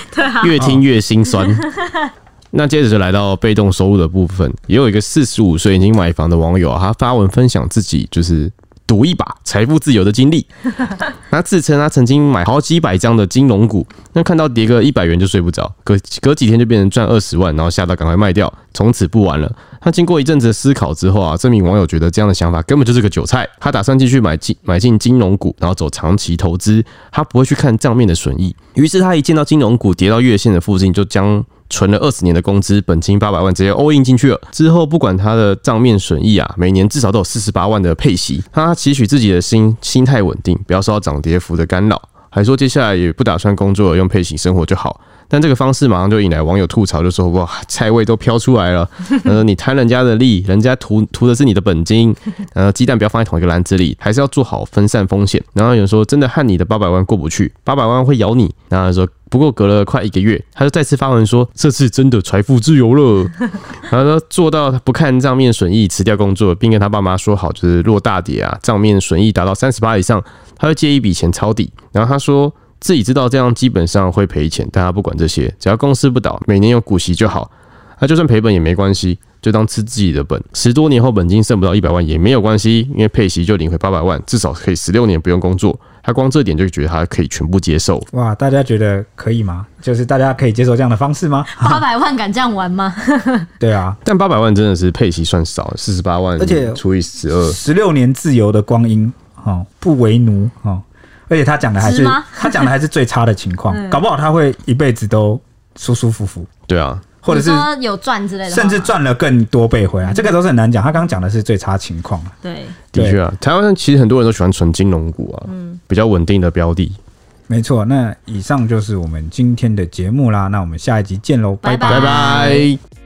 [SPEAKER 1] 越听越心酸。那接着就来到被动收入的部分，也有一个四十五岁已经买房的网友啊，他发文分享自己就是赌一把财富自由的经历。他自称他曾经买好几百张的金融股，那看到跌个一百元就睡不着，隔隔几天就变成赚二十万，然后吓到赶快卖掉，从此不玩了。他经过一阵子的思考之后啊，这名网友觉得这样的想法根本就是个韭菜。他打算继续买进买进金融股，然后走长期投资，他不会去看账面的损益。于是他一见到金融股跌到月线的附近，就将存了二十年的工资本金八百万直接 all in 进去了。之后不管他的账面损益啊，每年至少都有四十八万的配息。他期许自己的心心态稳定，不要受到涨跌幅的干扰。还说接下来也不打算工作了，用配型生活就好。但这个方式马上就引来网友吐槽，就说哇，菜味都飘出来了。呃，你贪人家的利，人家图图的是你的本金。呃，鸡蛋不要放在同一个篮子里，还是要做好分散风险。然后有人说，真的和你的八百万过不去，八百万会咬你。然后他说，不过隔了快一个月，他就再次发文说，这次真的财富自由了。 然后他做到不看账面损益，辞掉工作，并跟他爸妈说好，就是落大跌啊，账面损益达到三十八以上，他会借一笔钱抄底。然后他说自己知道这样基本上会赔钱，但他不管这些，只要公司不倒，每年有股息就好。他就算赔本也没关系，就当吃自己的本。十多年后本金剩不到一百万也没有关系，因为配息就领回八百万，至少可以十六年不用工作。他光这点就觉得他可以全部接受。
[SPEAKER 3] 哇，大家觉得可以吗？就是大家可以接受这样的方式吗？
[SPEAKER 2] 八百万敢这样玩吗？
[SPEAKER 3] 对啊，
[SPEAKER 1] 但八百万真的是配息算少，四十八万，
[SPEAKER 3] 而且
[SPEAKER 1] 除以十二，
[SPEAKER 3] 十六年自由的光阴，哦，不为奴，哦，而且他讲的还
[SPEAKER 2] 值
[SPEAKER 3] 是
[SPEAKER 2] 吗
[SPEAKER 3] 他讲的还是最差的情况，搞不好他会一辈子都舒舒服服，
[SPEAKER 1] 对啊，
[SPEAKER 3] 或者是
[SPEAKER 2] 你说有赚之类的话吗，
[SPEAKER 3] 甚至赚了更多倍回来，这个都是很难讲。他刚刚讲的是最差情况啊，
[SPEAKER 2] 对。
[SPEAKER 1] 的确啊，台湾其实很多人都喜欢存金融股啊，
[SPEAKER 3] 嗯
[SPEAKER 1] 比较稳定的标的。
[SPEAKER 3] 没错，那以上就是我们今天的节目啦。那我们下一集见喽，拜
[SPEAKER 2] 拜
[SPEAKER 1] 拜拜。